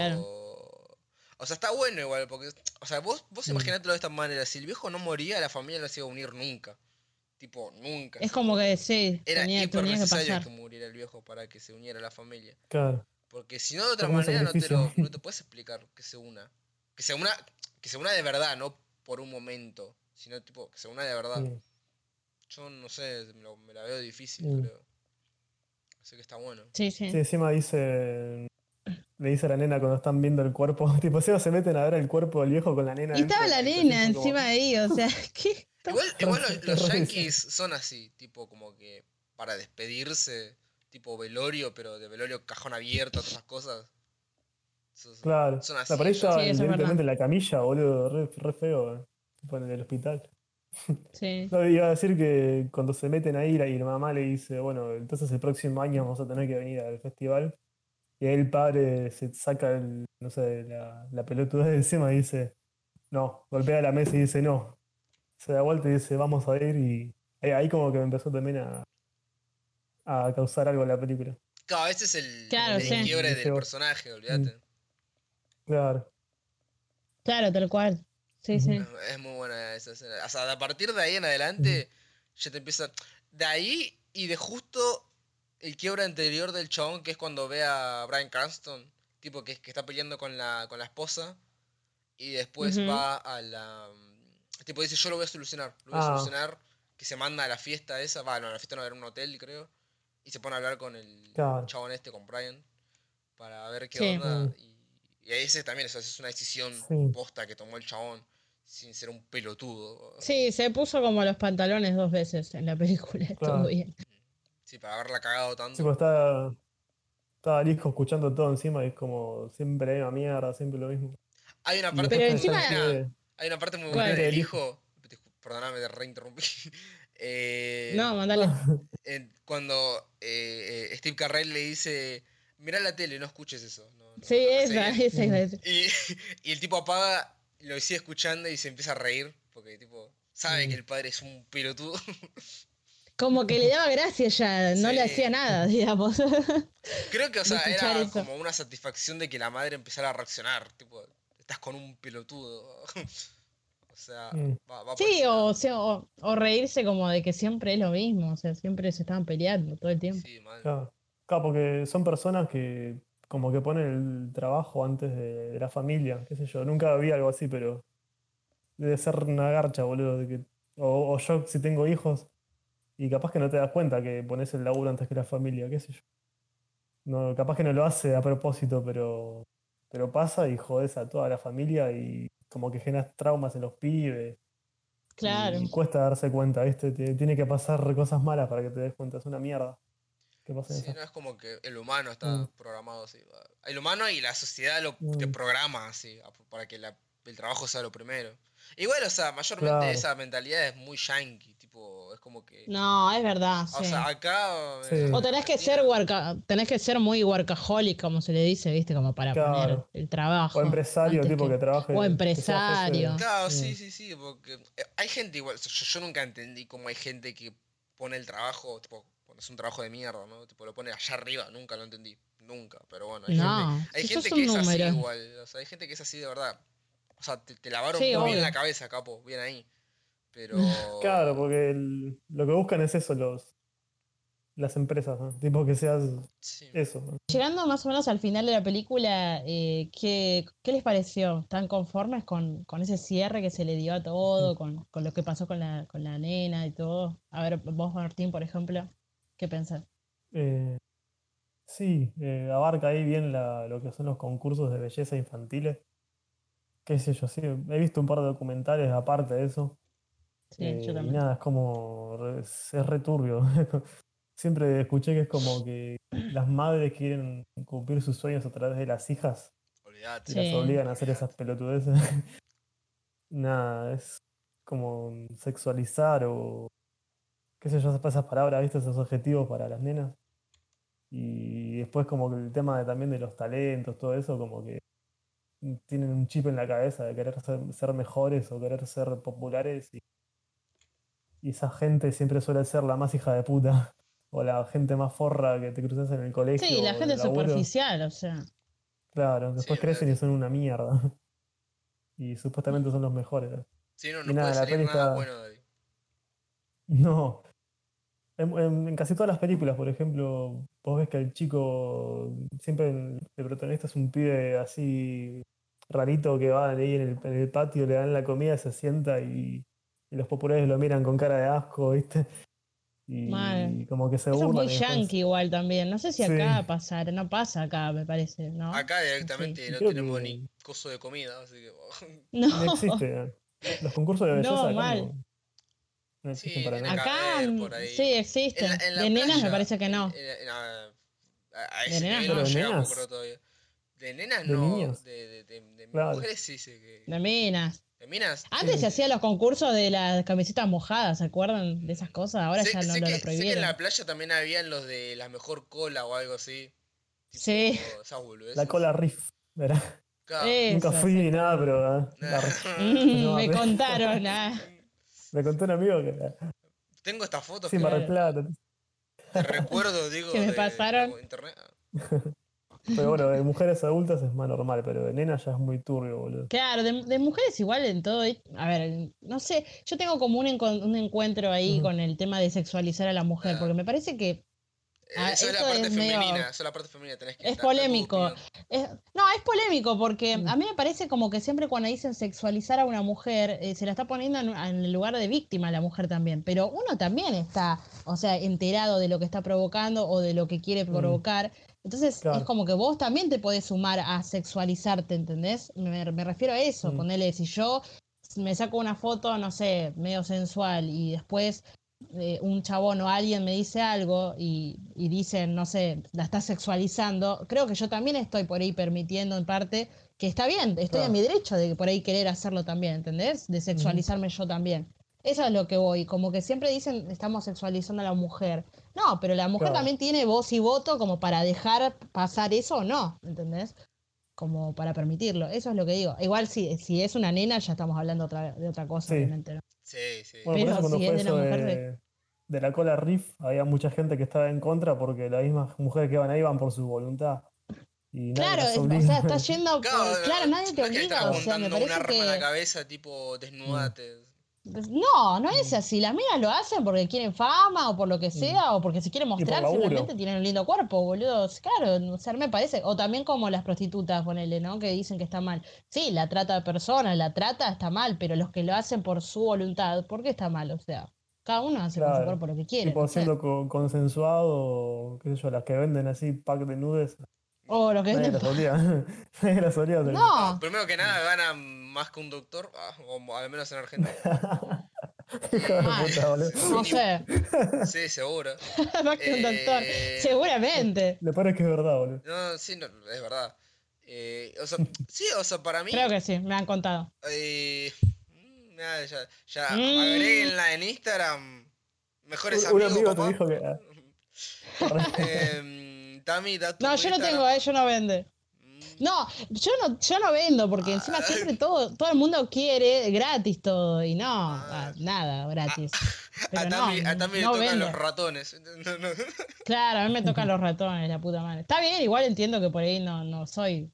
Speaker 3: O sea, está bueno igual, porque... O sea, vos, vos
Speaker 1: Mm.
Speaker 3: imaginátelo de esta manera, si el viejo no moría, la familia no se iba a unir nunca. Tipo, nunca.
Speaker 2: Es
Speaker 3: se
Speaker 2: como
Speaker 3: iba a
Speaker 2: que
Speaker 3: unir.
Speaker 2: sí,
Speaker 3: Era este
Speaker 2: tenía,
Speaker 3: hiper
Speaker 2: tenía que
Speaker 3: necesario
Speaker 2: pasar.
Speaker 3: que, muriera el viejo para que se uniera la familia.
Speaker 1: Claro.
Speaker 3: Porque si no, de otra
Speaker 1: Como un
Speaker 3: manera no te, lo,
Speaker 1: sacrificio.
Speaker 3: no te puedes explicar que se una. Que se una, que se una de verdad, no por un momento, sino tipo, que se una de verdad.
Speaker 1: sí.
Speaker 3: Yo no sé, me, lo- me la veo difícil,
Speaker 1: Mm.
Speaker 3: creo. Así que está bueno.
Speaker 2: Sí, sí.
Speaker 1: Sí, encima dice. Le dice a la nena cuando están viendo el cuerpo. Tipo, encima se meten a ver el cuerpo del viejo con la nena.
Speaker 2: Y estaba
Speaker 1: dentro,
Speaker 2: la
Speaker 1: y se
Speaker 2: nena
Speaker 1: sienten como-
Speaker 2: encima de ahí, o sea, ¿qué?
Speaker 3: Igual, igual los, los
Speaker 1: Terrorífico.
Speaker 3: yankees son así, tipo como que para despedirse, tipo velorio, pero de velorio cajón abierto, todas esas cosas. Son- son-
Speaker 1: Claro.
Speaker 3: Son así,
Speaker 1: La pared
Speaker 3: son
Speaker 1: estaba
Speaker 2: Sí, eso es
Speaker 1: directamente en la camilla, boludo. Re, re feo, eh. Tipo en el hospital.
Speaker 2: Sí.
Speaker 1: No, iba a decir que cuando se meten ahí la, y la mamá le dice, bueno, entonces el próximo año vamos a tener que venir al festival. Y ahí el padre se saca el, no sé, la, la pelotudez de encima y dice, no, golpea la mesa y dice, no. Se da vuelta y dice, vamos a ir y ahí, ahí como que me empezó también a, a causar algo la película.
Speaker 3: Claro, ese es el,
Speaker 2: Claro,
Speaker 3: el
Speaker 2: sí.
Speaker 3: quiebre del
Speaker 1: Dice vos. Mm.
Speaker 3: personaje, olvídate.
Speaker 1: Claro,
Speaker 2: Claro, tal cual. Sí, sí.
Speaker 3: Es- Es muy buena esa escena. O sea, de a partir de ahí en adelante, ya te empieza. De ahí y de justo el quiebre anterior del chabón, que es cuando ve a Brian Cranston, tipo que, que está peleando con la, con la esposa, y después
Speaker 2: Ujú.
Speaker 3: va a la. mm, Tipo dice: Yo lo voy a solucionar, lo voy a
Speaker 1: Ah.
Speaker 3: solucionar. Que se manda a la fiesta esa, va, no, a la fiesta no era un hotel, creo. Y se pone a hablar con el
Speaker 1: Claro.
Speaker 3: chabón este, con Brian, para ver qué
Speaker 2: Sí.
Speaker 3: onda.
Speaker 1: Mm.
Speaker 3: Y, y ese también, o sea, es una decisión
Speaker 1: Sí.
Speaker 3: posta que tomó el chabón sin ser un pelotudo.
Speaker 2: Sí, se puso como los pantalones dos veces en la película, estuvo
Speaker 1: Claro.
Speaker 2: bien.
Speaker 3: Sí, para haberla cagado tanto.
Speaker 1: Sí, pues está, está el hijo escuchando todo encima y es como siempre hay una mierda, siempre lo mismo.
Speaker 3: Hay una
Speaker 1: Y
Speaker 3: parte
Speaker 1: después
Speaker 2: Pero
Speaker 3: muy
Speaker 2: encima-
Speaker 1: pensás
Speaker 3: buena.
Speaker 1: que-
Speaker 3: Hay una parte muy
Speaker 2: ¿Cuál?
Speaker 3: buena del
Speaker 1: Del
Speaker 3: hijo. discul- Perdóname, te reinterrumpí. Eh,
Speaker 2: No, mandale.
Speaker 3: en- cuando eh, eh, Steve Carrell le dice: Mirá la tele, no escuches eso. No, no,
Speaker 2: Sí,
Speaker 3: no sé
Speaker 2: esa,
Speaker 3: bien".
Speaker 2: esa, esa, esa.
Speaker 3: Y, y el tipo apaga, lo sigue escuchando y se empieza a reír. Porque, tipo, sabe
Speaker 1: Mm.
Speaker 3: que el padre es un pelotudo.
Speaker 2: Como que le daba gracia ya, no le
Speaker 3: Sí.
Speaker 2: hacía nada, digamos.
Speaker 3: Creo que, o
Speaker 2: de
Speaker 3: sea,
Speaker 2: escuchar
Speaker 3: era
Speaker 2: eso.
Speaker 3: como una satisfacción de que la madre empezara a reaccionar. Tipo, estás con un pelotudo. o sea,
Speaker 1: Mm.
Speaker 3: va, va por
Speaker 2: Sí,
Speaker 3: ese
Speaker 2: o,
Speaker 3: lado.
Speaker 2: sea, o, o reírse como de que siempre es lo mismo, o sea, siempre se estaban peleando todo el tiempo.
Speaker 3: Sí, mal.
Speaker 1: Claro. Claro, porque son personas que como que ponen el trabajo antes de, de la familia, qué sé yo. Nunca vi algo así, pero debe ser una garcha, boludo. de que- o, o yo, si tengo hijos, Y capaz que no te das cuenta que pones el laburo antes que la familia, qué sé yo. No, capaz que no lo hace a propósito, pero, pero pasa y jodes a toda la familia y como que generas traumas en los pibes.
Speaker 2: Claro.
Speaker 1: Y cuesta darse cuenta, ¿viste? Te- Tiene que pasar cosas malas para que te des cuenta. Es una mierda. ¿Qué pasa en
Speaker 3: Sí,
Speaker 1: esas-
Speaker 3: no es como que el humano está
Speaker 1: Mm.
Speaker 3: programado así. va. El humano y la sociedad lo te
Speaker 1: Mm.
Speaker 3: programa así, a- para que la- el trabajo sea lo primero. Igual, o sea, mayormente
Speaker 1: Claro.
Speaker 3: esa mentalidad es muy yankee, tipo, es como que...
Speaker 2: No, es verdad.
Speaker 3: O
Speaker 2: sí.
Speaker 3: sea, acá...
Speaker 1: Sí.
Speaker 3: en
Speaker 2: O tenés que ser
Speaker 3: Argentina-
Speaker 2: worka- tenés que ser muy workaholic, como se le dice, viste, como para poner
Speaker 1: Claro.
Speaker 2: el trabajo.
Speaker 1: O empresario,
Speaker 2: antes
Speaker 1: tipo que,
Speaker 2: que-
Speaker 1: trabaje.
Speaker 2: o
Speaker 1: que sea
Speaker 2: empresario.
Speaker 1: jefe.
Speaker 3: Claro, sí,
Speaker 1: Sí.
Speaker 3: sí, sí, porque eh, hay gente igual, o sea, yo, yo nunca entendí cómo hay gente que pone el trabajo, tipo, cuando es un trabajo de mierda, ¿no? Tipo, lo pone allá arriba, nunca lo entendí, nunca, pero bueno, hay gente,
Speaker 2: No,
Speaker 3: hay
Speaker 2: si
Speaker 3: gente
Speaker 2: sos
Speaker 3: que
Speaker 2: un
Speaker 3: es así
Speaker 2: número.
Speaker 3: igual, o sea, hay gente que es así de verdad. O sea, te, te lavaron
Speaker 2: Sí,
Speaker 3: muy bien
Speaker 2: obvio.
Speaker 3: la cabeza, capo, bien ahí. Pero...
Speaker 1: Claro, porque el- lo que buscan es eso, los las empresas, ¿no? Tipo que seas
Speaker 3: sí.
Speaker 1: eso. ¿no?
Speaker 2: Llegando más o menos al final de la película, eh, ¿qué, qué les pareció? ¿Están conformes con, con ese cierre que se le dio a todo, con, con lo que pasó con la, con la nena y todo? A ver, vos, Martín, por ejemplo, ¿qué pensás?
Speaker 1: Eh, sí, eh, abarca ahí bien la- lo que son los concursos de belleza infantiles. Qué sé yo, sí, he visto un par de documentales aparte de eso.
Speaker 2: Sí,
Speaker 1: eh,
Speaker 2: yo
Speaker 1: y
Speaker 2: también.
Speaker 1: nada, es como, re- es returbio. Siempre escuché que es como que las madres quieren cumplir sus sueños a través de las hijas.
Speaker 3: Olvidate.
Speaker 1: y
Speaker 2: Sí.
Speaker 1: las obligan a hacer esas pelotudeces. Nada, es como sexualizar o qué sé yo, esas- esas palabras, ¿viste? Esos objetivos para las nenas. Y después como que el tema de- también de los talentos, todo eso, como que tienen un chip en la cabeza de querer ser, ser mejores o querer ser populares. Y, y esa gente siempre suele ser la más hija de puta. O la gente más forra que te cruzas en el colegio.
Speaker 2: Sí, la
Speaker 1: o en
Speaker 2: gente
Speaker 1: el laburo.
Speaker 2: superficial, o sea.
Speaker 1: Claro, después
Speaker 3: Sí,
Speaker 1: crecen y
Speaker 3: olvídate.
Speaker 1: son una mierda. Y
Speaker 2: Mm.
Speaker 1: supuestamente son los mejores.
Speaker 3: Sí, no,
Speaker 1: y
Speaker 3: no
Speaker 1: nada,
Speaker 3: puede
Speaker 1: la
Speaker 3: salir
Speaker 1: peli
Speaker 3: nada
Speaker 1: está-
Speaker 3: bueno de ahí.
Speaker 1: No. En, en- en casi todas las películas, por ejemplo, vos ves que el chico, siempre el, el protagonista es un pibe así rarito que va ahí en el, en el patio, le dan la comida, se sienta y, y los populares lo miran con cara de asco, ¿viste? Y
Speaker 2: Mal.
Speaker 1: como que se
Speaker 2: Eso es
Speaker 1: burlan
Speaker 2: muy
Speaker 1: y después-
Speaker 2: yankee igual también. No sé si
Speaker 1: Sí.
Speaker 2: acá pasa, no pasa acá, me parece, ¿no?
Speaker 3: Acá directamente
Speaker 1: Sí,
Speaker 3: no
Speaker 1: creo
Speaker 3: tenemos
Speaker 1: que-
Speaker 3: ni coso de comida, así que... oh.
Speaker 2: no.
Speaker 1: No existe. Los concursos de
Speaker 2: No,
Speaker 1: belleza acá
Speaker 2: mal.
Speaker 1: no, no
Speaker 3: Sí,
Speaker 1: existen para
Speaker 3: en
Speaker 1: nada.
Speaker 3: Acá
Speaker 2: Acá
Speaker 3: ver, eh, por ahí.
Speaker 2: sí existe.
Speaker 3: En la- en la
Speaker 2: de nenas me
Speaker 3: playa, eh,
Speaker 2: parece que
Speaker 3: en-
Speaker 2: no.
Speaker 3: en- en- a, a- a
Speaker 2: ¿De
Speaker 3: ese
Speaker 2: nenas?
Speaker 3: nivel no
Speaker 1: Pero de
Speaker 3: llegamos,
Speaker 1: nenas.
Speaker 3: creo, todavía. De nenas
Speaker 1: De
Speaker 3: no,
Speaker 1: niños.
Speaker 3: de, de- de- de
Speaker 1: Claro.
Speaker 3: mujeres sí sé que...
Speaker 2: De minas.
Speaker 3: ¿De minas?
Speaker 2: Antes
Speaker 1: Sí.
Speaker 2: se hacían los concursos de las camisetas mojadas, ¿se acuerdan de esas cosas? Ahora
Speaker 3: sé,
Speaker 2: ya no lo,
Speaker 3: sé que,
Speaker 2: lo
Speaker 3: sé que en
Speaker 2: prohibieron.
Speaker 3: la playa también habían los de la mejor cola o algo así. Tipo,
Speaker 2: Sí.
Speaker 3: esas boludeces.
Speaker 1: La cola riff, ¿verdad?
Speaker 3: Claro.
Speaker 2: Eh,
Speaker 1: Nunca
Speaker 2: Eso,
Speaker 1: fui ni nada, pero ah,
Speaker 3: Nah.
Speaker 1: la-
Speaker 2: Mm, me
Speaker 1: No, no.
Speaker 2: contaron. ah.
Speaker 1: me contó un amigo que ah,
Speaker 3: Tengo estas fotos
Speaker 1: sí,
Speaker 3: que
Speaker 1: Mar del
Speaker 2: claro.
Speaker 1: Plata.
Speaker 3: te recuerdo, digo,
Speaker 2: Que me
Speaker 3: de- de
Speaker 2: pasaron.
Speaker 3: internet. Ah,
Speaker 1: Pero bueno, de mujeres adultas es más normal, pero de nena ya es muy turbio, boludo.
Speaker 2: Claro, de, de mujeres igual en todo. e- A ver, no sé, yo tengo como un, encon- un encuentro ahí
Speaker 1: Ujú.
Speaker 2: con el tema de sexualizar a la mujer,
Speaker 3: Ah.
Speaker 2: porque me parece que Ah,
Speaker 3: eso es la
Speaker 2: eso
Speaker 3: parte
Speaker 2: es medio-
Speaker 3: femenina, eso es la parte femenina, tenés que
Speaker 2: es
Speaker 3: dar- dar tu
Speaker 2: polémico.
Speaker 3: opinión.
Speaker 2: Es- no, es polémico porque
Speaker 1: Mm.
Speaker 2: a mí me parece como que siempre cuando dicen sexualizar a una mujer, eh, se la está poniendo en, en el lugar de víctima a la mujer también, pero uno también está, o sea, enterado de lo que está provocando o de lo que quiere
Speaker 1: Mm.
Speaker 2: provocar. Entonces es
Speaker 1: Claro.
Speaker 2: como que vos también te podés sumar a sexualizarte, ¿entendés? Me, me refiero a eso,
Speaker 1: Mm.
Speaker 2: ponele, si yo me saco una foto, no sé, medio sensual y después eh, un chabón o alguien me dice algo y, y dicen, no sé, la está sexualizando, creo que yo también estoy por ahí permitiendo en parte que está bien, estoy a
Speaker 1: Claro.
Speaker 2: mi derecho de por ahí querer hacerlo también, ¿entendés? De sexualizarme yo también. Eso es lo que voy, como que siempre dicen, estamos sexualizando a la mujer. No, pero la mujer
Speaker 1: Claro.
Speaker 2: también tiene voz y voto como para dejar pasar eso o no, ¿entendés? Como para permitirlo, eso es lo que digo. Igual si, si es una nena ya estamos hablando otra- de otra cosa,
Speaker 1: Sí.
Speaker 2: obviamente. ¿no?
Speaker 3: Sí, sí.
Speaker 1: Bueno, por
Speaker 2: Pero
Speaker 1: eso cuando
Speaker 2: si
Speaker 1: fue
Speaker 2: es de
Speaker 1: eso
Speaker 2: la
Speaker 1: de,
Speaker 2: mujer
Speaker 1: de la cola riff, había mucha gente que estaba en contra porque las mismas mujeres que van ahí van por su voluntad. Y nadie
Speaker 2: Claro,
Speaker 1: las
Speaker 2: es- o
Speaker 1: obliga.
Speaker 2: sea, está yendo por... Claro,
Speaker 3: Claro,
Speaker 2: nadie te
Speaker 3: no es que le están
Speaker 2: obliga, o sea, me
Speaker 3: apuntando un
Speaker 2: parece
Speaker 3: arma en la
Speaker 2: que... pues,
Speaker 3: cabeza, tipo, desnudate.
Speaker 2: No, no es así. Las minas lo hacen porque quieren fama o por lo que sea, o porque se quieren
Speaker 1: por
Speaker 2: mostrar,
Speaker 1: Mm. laburo.
Speaker 2: simplemente tienen un lindo cuerpo, boludo. Claro, o sea, me parece. O también como las prostitutas, ponele, ¿no? Que dicen que está mal. Sí, la trata de personas, la trata está mal, pero los que lo hacen por su voluntad, ¿por qué está mal? O sea, Cada uno hace con su
Speaker 1: Claro.
Speaker 2: cuerpo lo que quiere.
Speaker 1: Tipo
Speaker 2: no sé.
Speaker 1: siendo co- consensuado, o, qué sé yo, las que venden así pack de nudes.
Speaker 2: O lo que
Speaker 1: Nadie
Speaker 2: venden
Speaker 1: las obliga. Nadie las obliga. pero-
Speaker 2: No,
Speaker 3: Primero que
Speaker 2: Mm.
Speaker 3: nada, gana más que un doctor, ah, o al menos en Argentina.
Speaker 1: Hijo de
Speaker 2: Ah.
Speaker 1: puta, boludo.
Speaker 2: no sé.
Speaker 3: Sí, seguro.
Speaker 2: Más que un doctor.
Speaker 3: Eh,
Speaker 2: Seguramente.
Speaker 1: Lo peor es que es verdad, boludo.
Speaker 3: No, sí, no, es verdad. Eh, o sea, sí, o sea, para mí.
Speaker 2: Creo que sí, me han contado.
Speaker 3: eh, mm, nada, ya, ya
Speaker 2: Mm.
Speaker 3: agréguenla en Instagram. Mejores
Speaker 1: Un- un
Speaker 3: amigos.
Speaker 1: amigo te
Speaker 3: papá.
Speaker 1: dijo que- ah,
Speaker 3: Em, Tami, da tu
Speaker 2: No, yo no
Speaker 3: Instagram.
Speaker 2: tengo, eh, yo no vende.
Speaker 3: Mm,
Speaker 2: No, yo no, yo no vendo, porque encima
Speaker 3: Ah.
Speaker 2: siempre todo, todo el mundo quiere gratis todo, y no, ah, nada gratis.
Speaker 3: a Ah,
Speaker 2: Pero no,
Speaker 3: Tami, a
Speaker 2: no
Speaker 3: Tami le tocan
Speaker 2: vendo.
Speaker 3: los ratones. No, no.
Speaker 2: Claro, a mí me tocan los ratones, la puta madre. Está bien, igual entiendo que por ahí no, no soy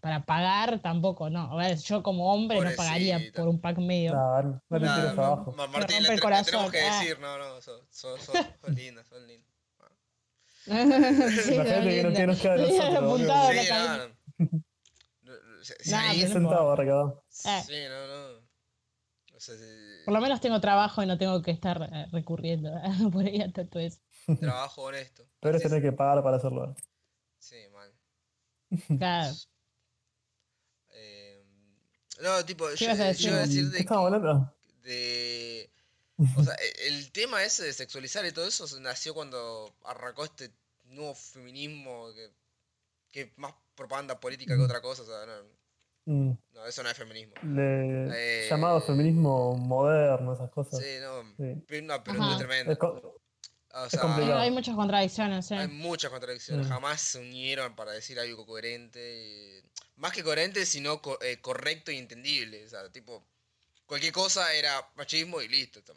Speaker 2: para pagar tampoco, no. A ver, yo como hombre no pagaría
Speaker 3: Pobrecita.
Speaker 2: por un pack medio.
Speaker 1: Nah, no no te
Speaker 3: Nada,
Speaker 1: tires
Speaker 3: Ma-
Speaker 1: abajo.
Speaker 3: Ma-
Speaker 2: rompe
Speaker 3: Martín, le,
Speaker 2: el
Speaker 3: te- le tenemos
Speaker 2: corazón,
Speaker 3: que
Speaker 2: ah.
Speaker 3: decir, no, no, son son son lindas, son lindas.
Speaker 2: Sí, no,
Speaker 1: Imagínate que no- que nos queda a
Speaker 2: Le dieron
Speaker 1: nosotros, boludo.
Speaker 2: apuntado en la
Speaker 3: Sí,
Speaker 2: cabeza.
Speaker 3: no, no. No, sí, sí,
Speaker 2: Nah,
Speaker 3: ahí-
Speaker 1: Diez
Speaker 2: pero no
Speaker 1: centavos recaudado.
Speaker 2: Eh.
Speaker 3: sí, no, no. O sea, sí,
Speaker 2: Por lo menos tengo trabajo y no tengo que estar eh, recurriendo por ahí a tanto eso.
Speaker 3: trabajo honesto.
Speaker 1: Pero es
Speaker 3: sí,
Speaker 1: tener que pagar para hacerlo.
Speaker 3: sí, mal.
Speaker 2: Claro.
Speaker 3: Eh, no, tipo, yo,
Speaker 2: ibas a decir?
Speaker 3: yo iba a decir
Speaker 1: ¿Qué
Speaker 3: de,
Speaker 1: estamos hablando?
Speaker 3: que- de- O sea, e- el tema ese de sexualizar y todo eso se- nació cuando arrancó este nuevo feminismo que, que es más propaganda política que otra cosa. O sea, no,
Speaker 1: Mm,
Speaker 3: no, eso no es feminismo.
Speaker 1: le-
Speaker 3: Eh.
Speaker 1: Llamado feminismo moderno, esas cosas.
Speaker 3: Sí, no,
Speaker 1: Sí.
Speaker 3: pero, no, pero
Speaker 2: Ajá.
Speaker 3: es tremendo.
Speaker 1: Es co-
Speaker 3: O
Speaker 2: Sí,
Speaker 1: complicado.
Speaker 3: sea,
Speaker 2: hay muchas contradicciones,
Speaker 3: hay
Speaker 2: eh.
Speaker 3: muchas contradicciones.
Speaker 1: Mm.
Speaker 3: Jamás se unieron para decir algo coherente. y- Más que coherente, sino co- eh, correcto y entendible. O sea, tipo, cualquier cosa era machismo y listo. tam-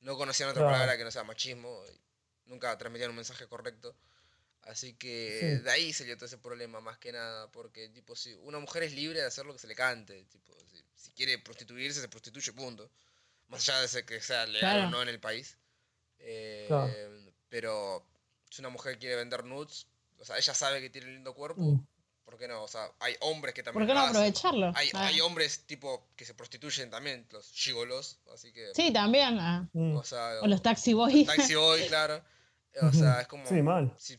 Speaker 3: No conocían otra
Speaker 1: Claro.
Speaker 3: palabra que no sea machismo. y nunca transmitían un mensaje correcto. Así que eh,
Speaker 1: Sí.
Speaker 3: de ahí salió todo ese problema, más que nada. Porque, tipo, si una mujer es libre de hacer lo que se le cante. Tipo, si, si quiere prostituirse, se prostituye, punto. Más allá de ser que sea legal
Speaker 2: Claro.
Speaker 3: o no en el país. Eh,
Speaker 1: Claro.
Speaker 3: Pero si una mujer quiere vender nudes, o sea, ella sabe que tiene un lindo cuerpo,
Speaker 1: Mm.
Speaker 3: ¿por qué no? O sea, hay hombres que
Speaker 2: ¿Por
Speaker 3: también
Speaker 2: qué no
Speaker 3: lo hacen.
Speaker 2: aprovecharlo?
Speaker 3: Hay,
Speaker 2: Ah.
Speaker 3: hay hombres tipo que se prostituyen también, los gigolos, así que...
Speaker 2: Sí, también. ah.
Speaker 1: Mm.
Speaker 3: O sea,
Speaker 2: O los taxi boys.
Speaker 3: taxi hoy, claro. O sea, es como...
Speaker 1: Sí, mal.
Speaker 3: si-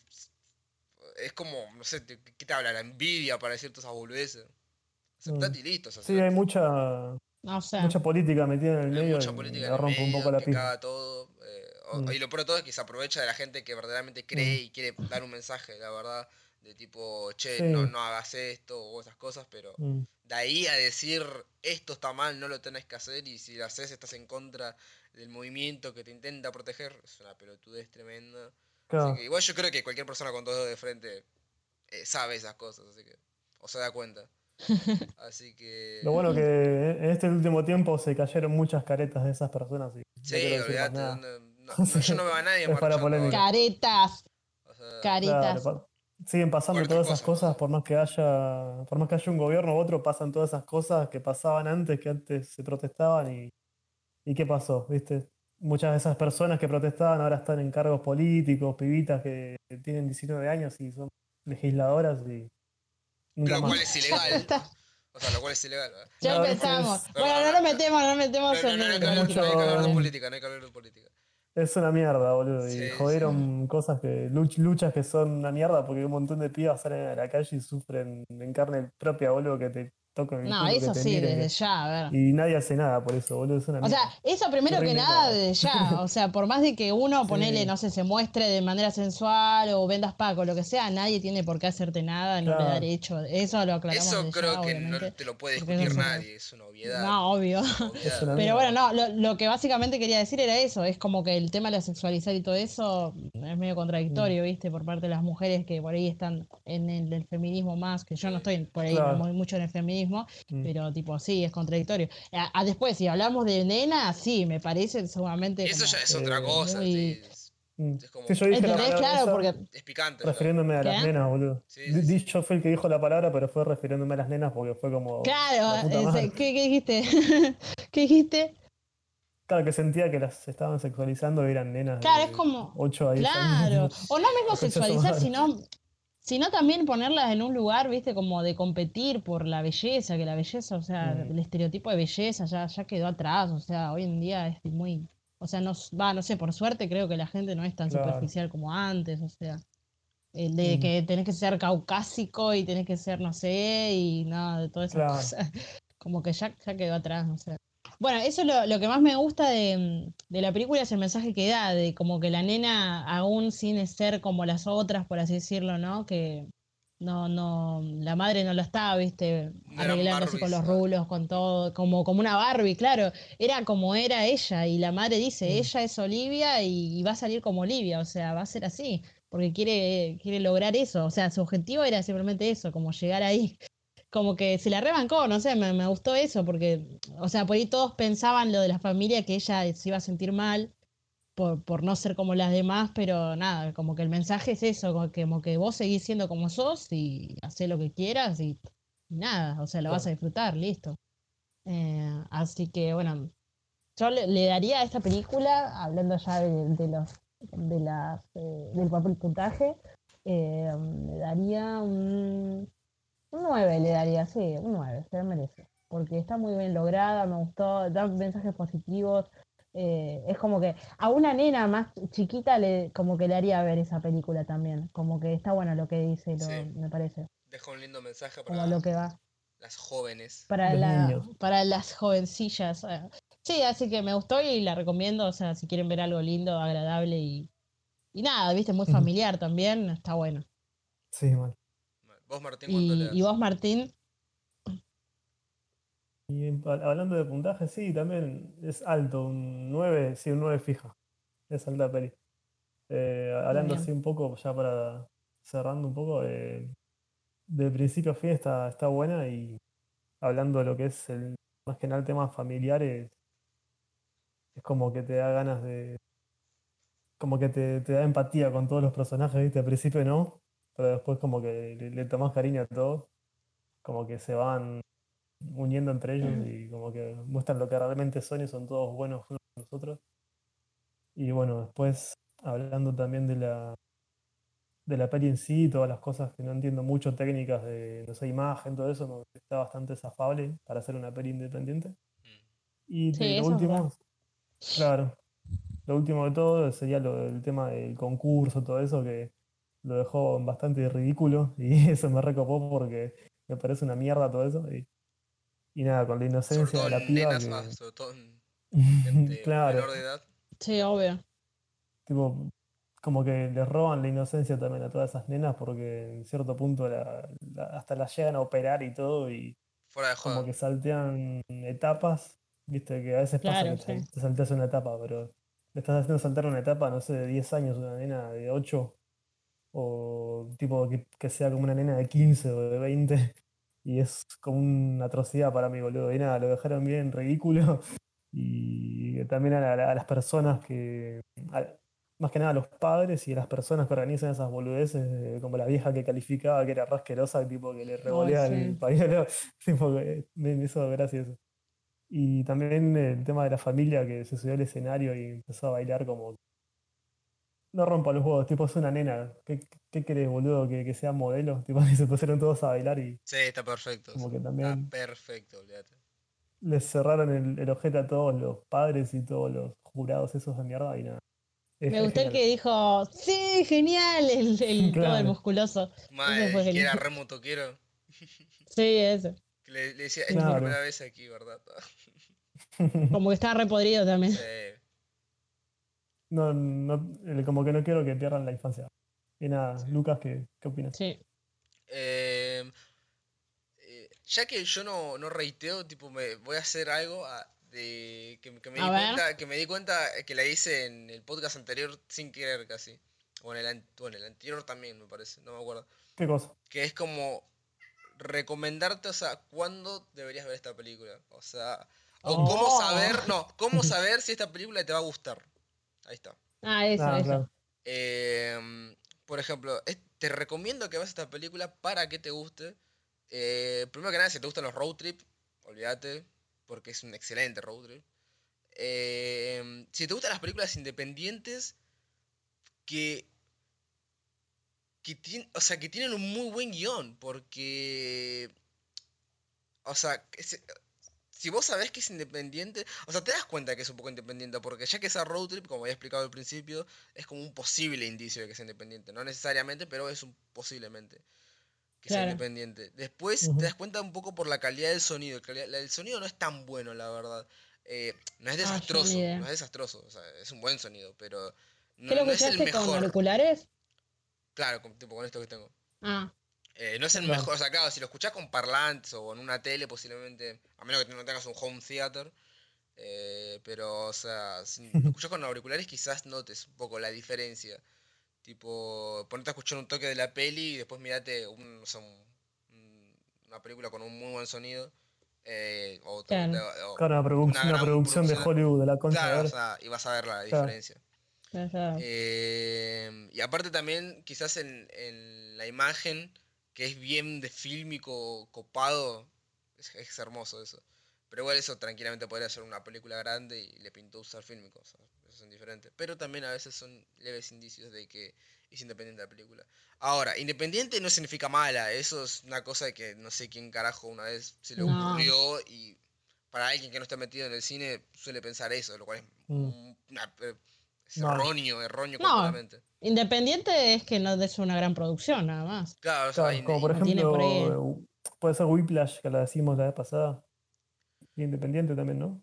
Speaker 3: es como, no sé, te- ¿qué te habla? La envidia para decir todas esas boludeces. Aceptate
Speaker 2: Mm.
Speaker 3: y listo. o sea,
Speaker 1: Sí, hay mucha,
Speaker 2: No sé.
Speaker 1: mucha política metida en el
Speaker 3: Hay
Speaker 1: medio.
Speaker 3: mucha
Speaker 1: y
Speaker 3: política en
Speaker 1: la
Speaker 3: el
Speaker 1: rompe un
Speaker 3: medio,
Speaker 1: poco la
Speaker 3: que
Speaker 1: pista.
Speaker 3: caga todo. eh, o-
Speaker 1: Mm.
Speaker 3: Y lo peor de todo es que se aprovecha de la gente que verdaderamente cree y quiere dar un mensaje, la verdad. De tipo, che,
Speaker 1: Sí.
Speaker 3: no, no hagas esto o esas cosas, pero
Speaker 1: Mm.
Speaker 3: de ahí a decir, esto está mal, no lo tenés que hacer y si lo haces estás en contra del movimiento que te intenta proteger, es una pelotudez tremenda. Así
Speaker 1: Claro.
Speaker 3: que igual yo creo que cualquier persona con dos dedos de frente eh, sabe esas cosas, así que, o se da cuenta. Así que...
Speaker 1: Lo bueno que en en este último tiempo se cayeron muchas caretas de esas personas. y no
Speaker 3: Sí,
Speaker 1: quiero decir más
Speaker 3: olvídate.
Speaker 1: nada.
Speaker 3: No, no- no, yo no veo a nadie
Speaker 1: Es para
Speaker 3: marchando
Speaker 1: polémica.
Speaker 3: ahora.
Speaker 2: Caretas,
Speaker 3: O sea,
Speaker 1: Claro,
Speaker 2: caritas.
Speaker 1: pa- siguen pasando
Speaker 3: Por
Speaker 1: todas
Speaker 3: otras
Speaker 1: esas cosas,
Speaker 3: cosas.
Speaker 1: por más que haya, por más que haya un gobierno u otro, pasan todas esas cosas que pasaban antes, que antes se protestaban y, y qué pasó, ¿viste? Muchas de esas personas que protestaban ahora están en cargos políticos, pibitas que tienen 19 años y son legisladoras y nunca
Speaker 3: lo
Speaker 1: más.
Speaker 3: cual es ilegal. O sea, lo cual es ilegal. ¿verdad?
Speaker 2: Ya
Speaker 1: No,
Speaker 2: empezamos.
Speaker 1: entonces-
Speaker 2: Bueno, no lo metemos, no lo
Speaker 3: No,
Speaker 2: metemos
Speaker 3: no, no, no, hay
Speaker 2: en
Speaker 3: que hablar- no hay que hablar de
Speaker 1: Mucho-
Speaker 3: política, no hay que hablar de política.
Speaker 1: Es una mierda, boludo. Y
Speaker 3: Sí, sí.
Speaker 1: jodieron cosas que, luch- luchas que son una mierda porque un montón de pibas salen a la calle y sufren en carne propia, boludo, que te tocan el
Speaker 2: No,
Speaker 1: culo, que
Speaker 2: eso
Speaker 1: te
Speaker 2: sí,
Speaker 1: miren, que-
Speaker 2: desde ya, a ver.
Speaker 1: Y nadie hace nada por eso, boludo. Es una
Speaker 2: O sea,
Speaker 1: mierda.
Speaker 2: eso primero que
Speaker 1: Terrible
Speaker 2: nada
Speaker 1: nada.
Speaker 2: desde ya. O sea, por más de que uno, ponele, no sé, se muestre de manera sensual o vendas paco, lo que sea, nadie tiene por qué hacerte nada, no le
Speaker 1: Claro.
Speaker 2: da derecho. Eso lo aclaramos.
Speaker 3: Eso
Speaker 2: desde
Speaker 3: creo
Speaker 2: ya,
Speaker 3: que no
Speaker 2: obviamente.
Speaker 3: te lo puede
Speaker 2: porque
Speaker 3: discutir
Speaker 2: no se-
Speaker 3: nadie, es una obviedad.
Speaker 2: No, obvio.
Speaker 3: es una obviedad.
Speaker 1: Es una
Speaker 2: Pero
Speaker 1: mierda.
Speaker 2: bueno, no, lo, lo que básicamente quería decir era eso, es como que el tema de la sexualizar y todo eso mm, es medio
Speaker 1: Mm.
Speaker 2: contradictorio, ¿viste? Por parte de las mujeres que por ahí están en el, del feminismo más, que yo no estoy por ahí
Speaker 1: Claro.
Speaker 2: muy, mucho en el feminismo,
Speaker 1: Mm.
Speaker 2: pero tipo, sí, es contradictorio. A, a después, si hablamos de nena, sí, me parece sumamente...
Speaker 3: Eso
Speaker 2: como-
Speaker 3: ya es
Speaker 1: eh,
Speaker 3: otra cosa,
Speaker 2: muy-
Speaker 3: sí, es,
Speaker 1: Mm.
Speaker 3: es como-
Speaker 1: Sí, yo dije la oh,
Speaker 2: ¿Entendés?
Speaker 1: palabra
Speaker 2: Claro,
Speaker 1: esa
Speaker 2: porque...
Speaker 3: es picante. ya.
Speaker 1: refiriéndome a las
Speaker 2: ¿Qué?
Speaker 1: nenas, boludo.
Speaker 3: Sí, sí,
Speaker 1: Di-
Speaker 3: sí.
Speaker 1: Yo fui el que dijo la palabra, pero fue refiriéndome a las nenas porque fue como. la
Speaker 2: Claro,
Speaker 1: puta
Speaker 2: ese-
Speaker 1: madre.
Speaker 2: ¿qué, qué dijiste? ¿Qué dijiste?
Speaker 1: Claro, que sentía que las estaban sexualizando y eran nenas.
Speaker 2: Claro,
Speaker 1: de
Speaker 2: es como...
Speaker 1: 8 a 10
Speaker 2: Claro,
Speaker 1: años.
Speaker 2: o no mismo
Speaker 1: Concha de su
Speaker 2: sexualizar,
Speaker 1: madre.
Speaker 2: sino, sino también ponerlas en un lugar, viste, como de competir por la belleza, que la belleza, o sea,
Speaker 1: Mm.
Speaker 2: el estereotipo de belleza ya, ya quedó atrás, o sea, hoy en día es muy O sea, no, va, no sé, por suerte creo que la gente no es tan
Speaker 1: Claro.
Speaker 2: superficial como antes, o sea. El de
Speaker 1: Mm.
Speaker 2: que tenés que ser caucásico y tenés que ser, no sé, y nada, de todas esas
Speaker 1: Claro.
Speaker 2: cosas. Como que ya, ya quedó atrás, o sea. Bueno, eso es lo, lo que más me gusta de, mm, de la película es el mensaje que da, de como que la nena, aún sin ser como las otras, por así decirlo, ¿no? Que no, no, la madre no lo está, viste,
Speaker 3: No eran
Speaker 2: arreglándose con los
Speaker 3: Barbies, ¿no?
Speaker 2: rulos, con todo, como, como una Barbie, claro. Era como era ella, y la madre dice,
Speaker 1: Mm.
Speaker 2: ella es Olivia y, y va a salir como Olivia, o sea, va a ser así, porque quiere, quiere lograr eso, o sea, su objetivo era simplemente eso, como llegar ahí como que se la rebancó, no sé, me, me gustó eso, porque, o sea, por ahí todos pensaban lo de la familia, que ella se iba a sentir mal por, por no ser como las demás, pero nada, como que el mensaje es eso, como que, como que vos seguís siendo como sos y haces lo que quieras y nada, o sea, lo vas a disfrutar, listo. Eh, así que, bueno, yo le, le daría a esta película, hablando ya de, de los, de las, eh, del papel puntaje, eh, le daría un... Un 9 le daría, sí, un 9, se la merece. Porque está muy bien lograda, me gustó, da mensajes positivos. eh, es como que a una nena más chiquita le como que le haría ver esa película también. Como que está bueno lo que dice, lo-
Speaker 3: Sí.
Speaker 2: me parece.
Speaker 3: Deja un lindo mensaje
Speaker 2: Como
Speaker 3: para
Speaker 2: lo que va.
Speaker 3: las jóvenes.
Speaker 2: Para,
Speaker 1: Los
Speaker 2: la,
Speaker 1: niños.
Speaker 2: para las jovencillas. eh. Sí, así que me gustó y la recomiendo. O sea, si quieren ver algo lindo, agradable y, y nada, viste, muy
Speaker 1: Ujú.
Speaker 2: familiar también, está bueno.
Speaker 1: Sí, mal.
Speaker 3: Vos, Martín, ¿cuánto le
Speaker 2: Y,
Speaker 3: das?
Speaker 2: y vos, Martín,
Speaker 1: Y en- hab- hablando de puntaje, sí, también es alto, un 9, sí, un 9 fija. Es alta peli. Eh, hablando
Speaker 2: bien.
Speaker 1: así un poco, ya para cerrando un poco, eh, de principio a fin está, está buena y hablando de lo que es el, más que nada el tema eh, familiares, es como que te da ganas de, como que te, te da empatía con todos los personajes, ¿viste? Al principio no, pero después como que le, le tomás cariño a todos, como que se van uniendo entre ellos y como que muestran lo que realmente son y son todos buenos unos con los otros. Y bueno, después hablando también de la de la peli en sí, todas las cosas que no entiendo mucho, técnicas de, no sé, imagen, todo eso, no- está bastante zafable para hacer una peli independiente.
Speaker 3: Mm.
Speaker 1: Y de lo
Speaker 2: Sí, eso es verdad.
Speaker 1: último, claro, lo último de todo sería lo, el tema del concurso, todo eso que lo dejó bastante ridículo y eso me recopó porque me parece una mierda todo eso. Y, y nada, con la
Speaker 3: Sobre
Speaker 1: inocencia
Speaker 3: todo
Speaker 1: de la
Speaker 3: en
Speaker 1: piba
Speaker 3: nenas,
Speaker 1: que-
Speaker 3: ah, sobre todo en gente
Speaker 1: claro,
Speaker 3: menor de edad.
Speaker 2: sí, obvio.
Speaker 1: tipo, como que le roban la inocencia también a todas esas nenas porque en cierto punto la- la- hasta las llegan a operar y todo y...
Speaker 3: Fuera de
Speaker 1: como
Speaker 3: joda.
Speaker 1: que saltean etapas, viste que a veces pasa
Speaker 2: Claro,
Speaker 1: que te-
Speaker 2: sí.
Speaker 1: te salteas una etapa, pero le estás haciendo saltar una etapa, no sé, de 10 años, una nena de 8, o tipo que, que sea como una nena de 15 o de 20, y es como una atrocidad para mí, boludo. Y nada, lo dejaron bien ridículo, y también a, la- a las personas que, a- más que nada a los padres y a las personas que organizan esas boludeces, eh, como la vieja que calificaba que era rasquerosa, tipo que le revolea
Speaker 2: sí.
Speaker 1: el pañuelo. Sí, porque me, me hizo gracia eso. Y también el tema de la familia que se subió al escenario y empezó a bailar como... No rompa los huevos, tipo, es una nena. ¿Qué, qué querés, boludo? ¿Que, que sea modelo? Tipo, y se pusieron todos a bailar y
Speaker 3: Sí, está perfecto.
Speaker 1: como
Speaker 3: sí.
Speaker 1: que
Speaker 3: Está
Speaker 1: también
Speaker 3: perfecto, olvídate.
Speaker 1: les cerraron el, el ojete a todos los padres y todos los jurados esos de mierda y nada. Es-
Speaker 2: Me
Speaker 1: es
Speaker 2: gustó el
Speaker 1: genial.
Speaker 2: que dijo, sí, genial, el, el- todo el
Speaker 1: Claro.
Speaker 2: musculoso.
Speaker 3: Mae,
Speaker 2: fue
Speaker 3: que era
Speaker 2: genial.
Speaker 3: re motoquero.
Speaker 2: Sí, eso.
Speaker 3: Que le, le decía, es tu
Speaker 1: Claro.
Speaker 3: primera vez aquí, ¿verdad?
Speaker 2: Como que estaba repodrido también.
Speaker 3: Sí.
Speaker 1: No, no, eh, como que no quiero que pierdan la infancia. Y nada,
Speaker 3: Sí.
Speaker 1: Lucas, ¿qué, qué opinas?
Speaker 2: Sí.
Speaker 3: Eh, eh, ya que yo no, no reiteo, tipo, me voy a hacer algo a- de, que, que me
Speaker 2: A
Speaker 3: di
Speaker 2: ver.
Speaker 3: cuenta, que me di cuenta eh, que la hice en el podcast anterior sin querer casi. O en el, an- o en el anterior también, me parece, no me acuerdo.
Speaker 1: ¿Qué cosa?
Speaker 3: Que es como recomendarte, o sea, cuándo deberías ver esta película. O sea, o cómo
Speaker 2: Oh.
Speaker 3: saber, no, cómo saber si esta película te va a gustar. Ahí está.
Speaker 2: Ah, eso,
Speaker 1: Ah,
Speaker 2: eso.
Speaker 1: claro.
Speaker 3: Em, por ejemplo, es- te recomiendo que veas esta película para que te guste. Eh, primero que nada, si te gustan los road trip, olvídate, porque es un excelente road trip. Em, si te gustan las películas independientes, que, que, tien- o sea, que tienen un muy buen guión, porque... O sea, que se- Si vos sabés que es independiente, o sea, te das cuenta que es un poco independiente, porque ya que esa road trip, como había explicado al principio, es como un posible indicio de que es independiente. No necesariamente, pero es un posiblemente que sea
Speaker 2: Claro.
Speaker 3: independiente. Después
Speaker 1: Ujú.
Speaker 3: te das cuenta un poco por la calidad del sonido. cali- la- El sonido no es tan bueno, la verdad. Eh, no es
Speaker 2: Ah, yo ni
Speaker 3: desastroso,
Speaker 2: idea.
Speaker 3: no es desastroso. o sea, es un buen sonido, pero no,
Speaker 2: ¿Qué lo
Speaker 3: no es el
Speaker 2: escuchaste con
Speaker 3: mejor.
Speaker 2: auriculares?
Speaker 3: Claro, con, tipo, con esto que tengo.
Speaker 2: Ah,
Speaker 3: Eh, no es el
Speaker 1: Claro.
Speaker 3: mejor, o sea, claro, si lo escuchás con parlantes o en una tele, posiblemente, a menos que no tengas un home theater, eh, pero, o sea, si lo escuchás con auriculares quizás notes un poco la diferencia. Tipo, ponete a escuchar un toque de la peli y después mirate un, o sea, un- un- una película con un muy buen sonido. eh, o, te-
Speaker 2: Claro.
Speaker 3: te- o-
Speaker 1: Claro, una, produc-
Speaker 3: Una
Speaker 1: una
Speaker 3: gran
Speaker 1: producción de
Speaker 3: producción.
Speaker 1: Hollywood, de la concha.
Speaker 3: claro,
Speaker 1: a
Speaker 3: o
Speaker 1: ver.
Speaker 3: sea, y vas a ver la
Speaker 1: Claro.
Speaker 3: diferencia.
Speaker 2: ya, ya.
Speaker 3: Eh, y aparte también, quizás en, en la imagen, que es bien de fílmico, copado, es, es hermoso eso. Pero igual eso tranquilamente podría ser una película grande y le pintó usar fílmico, o sea, eso es indiferente. Pero también a veces son leves indicios de que es independiente la película. Ahora, independiente no significa mala, eso es una cosa que no sé quién carajo una vez se le
Speaker 2: No.
Speaker 3: ocurrió y para alguien que no está metido en el cine suele pensar eso, lo cual es,
Speaker 1: Mm.
Speaker 3: un- una- eh, es
Speaker 1: No.
Speaker 3: erróneo, erróneo
Speaker 2: No.
Speaker 3: completamente.
Speaker 2: Independiente es que no es una gran producción, nada más.
Speaker 3: Claro, o sea,
Speaker 1: Claro,
Speaker 3: inde-
Speaker 1: como por
Speaker 2: no tiene
Speaker 1: ejemplo,
Speaker 2: por ahí-
Speaker 1: eh, puede ser Whiplash, que la decimos la vez pasada. Y Independiente también, ¿no?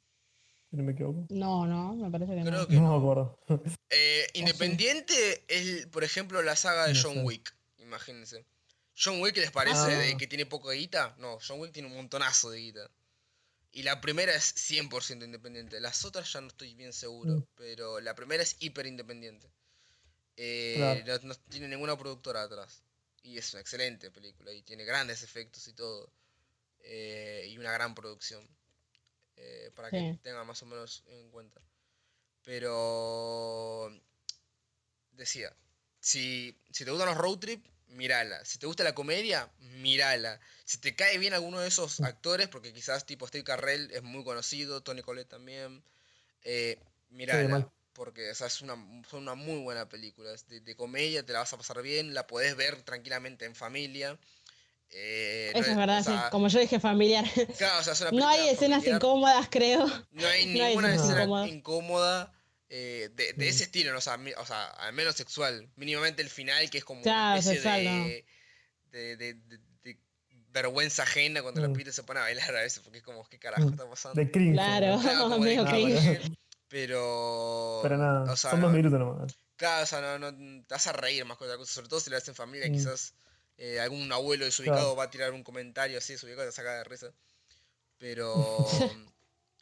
Speaker 1: Si no me equivoco.
Speaker 2: No, no, me parece que
Speaker 3: Creo
Speaker 2: no.
Speaker 3: que-
Speaker 1: No me acuerdo.
Speaker 3: Eh, independiente es, por ejemplo, la saga de
Speaker 1: No
Speaker 3: John
Speaker 1: sé.
Speaker 3: Wick, imagínense. ¿John Wick les parece
Speaker 1: Ah.
Speaker 3: de que tiene poco de guita? No, John Wick tiene un montonazo de guita. Y la primera es 100% independiente. Las otras ya no estoy bien seguro,
Speaker 1: Mm.
Speaker 3: pero la primera es hiper independiente. Eh,
Speaker 1: Claro.
Speaker 3: no, no tiene ninguna productora atrás. Y es una excelente película y tiene grandes efectos y todo. Eh, y una gran producción. Eh, para que
Speaker 2: Sí.
Speaker 3: tengan más o menos en cuenta. Pero decía, si, si te gustan los road trip, mírala. Si te gusta la comedia, mírala. Si te cae bien alguno de esos
Speaker 2: Mm.
Speaker 3: actores, porque quizás tipo Steve Carrell es muy conocido, Tony Collette también, eh, mírala.
Speaker 1: mal.
Speaker 3: porque o sea, es una, son una muy buena película. Es de, de comedia, te la vas a pasar bien, la podés ver tranquilamente en familia. eh, no
Speaker 2: Eso es verdad,
Speaker 3: o
Speaker 2: sí.
Speaker 3: sea,
Speaker 2: Como yo dije, familiar.
Speaker 3: claro, o sea, es una
Speaker 2: No hay
Speaker 3: película
Speaker 2: escenas
Speaker 3: familiar.
Speaker 2: incómodas, creo.
Speaker 3: No hay
Speaker 2: No hay
Speaker 3: ninguna
Speaker 1: escenas
Speaker 3: escena incómoda,
Speaker 2: incómodas. Mm.
Speaker 3: eh, de, de ese estilo, ¿no? o, sea, mi- o sea, al menos sexual. Mínimamente el final, que es como una
Speaker 2: Claro,
Speaker 3: especie
Speaker 2: sexual,
Speaker 3: de, de- de- de- de vergüenza ajena cuando la
Speaker 1: Mm.
Speaker 3: pibita se pone a bailar a veces, porque es como, ¿qué carajo
Speaker 1: Mm.
Speaker 3: está pasando?
Speaker 1: De cringe.
Speaker 2: Claro.
Speaker 3: Claro, como de
Speaker 2: medio
Speaker 3: nada,
Speaker 1: cringe.
Speaker 3: porque- Pero.
Speaker 1: Pero nada,
Speaker 3: o sea,
Speaker 1: son dos
Speaker 3: no-
Speaker 1: minutos nomás.
Speaker 3: Claro, o sea, no, no- te vas a reír más que otra cosa, sobre todo si lo haces en familia,
Speaker 1: Mm.
Speaker 3: quizás eh, algún abuelo desubicado va a tirar un comentario así desubicado, te saca de risa. Pero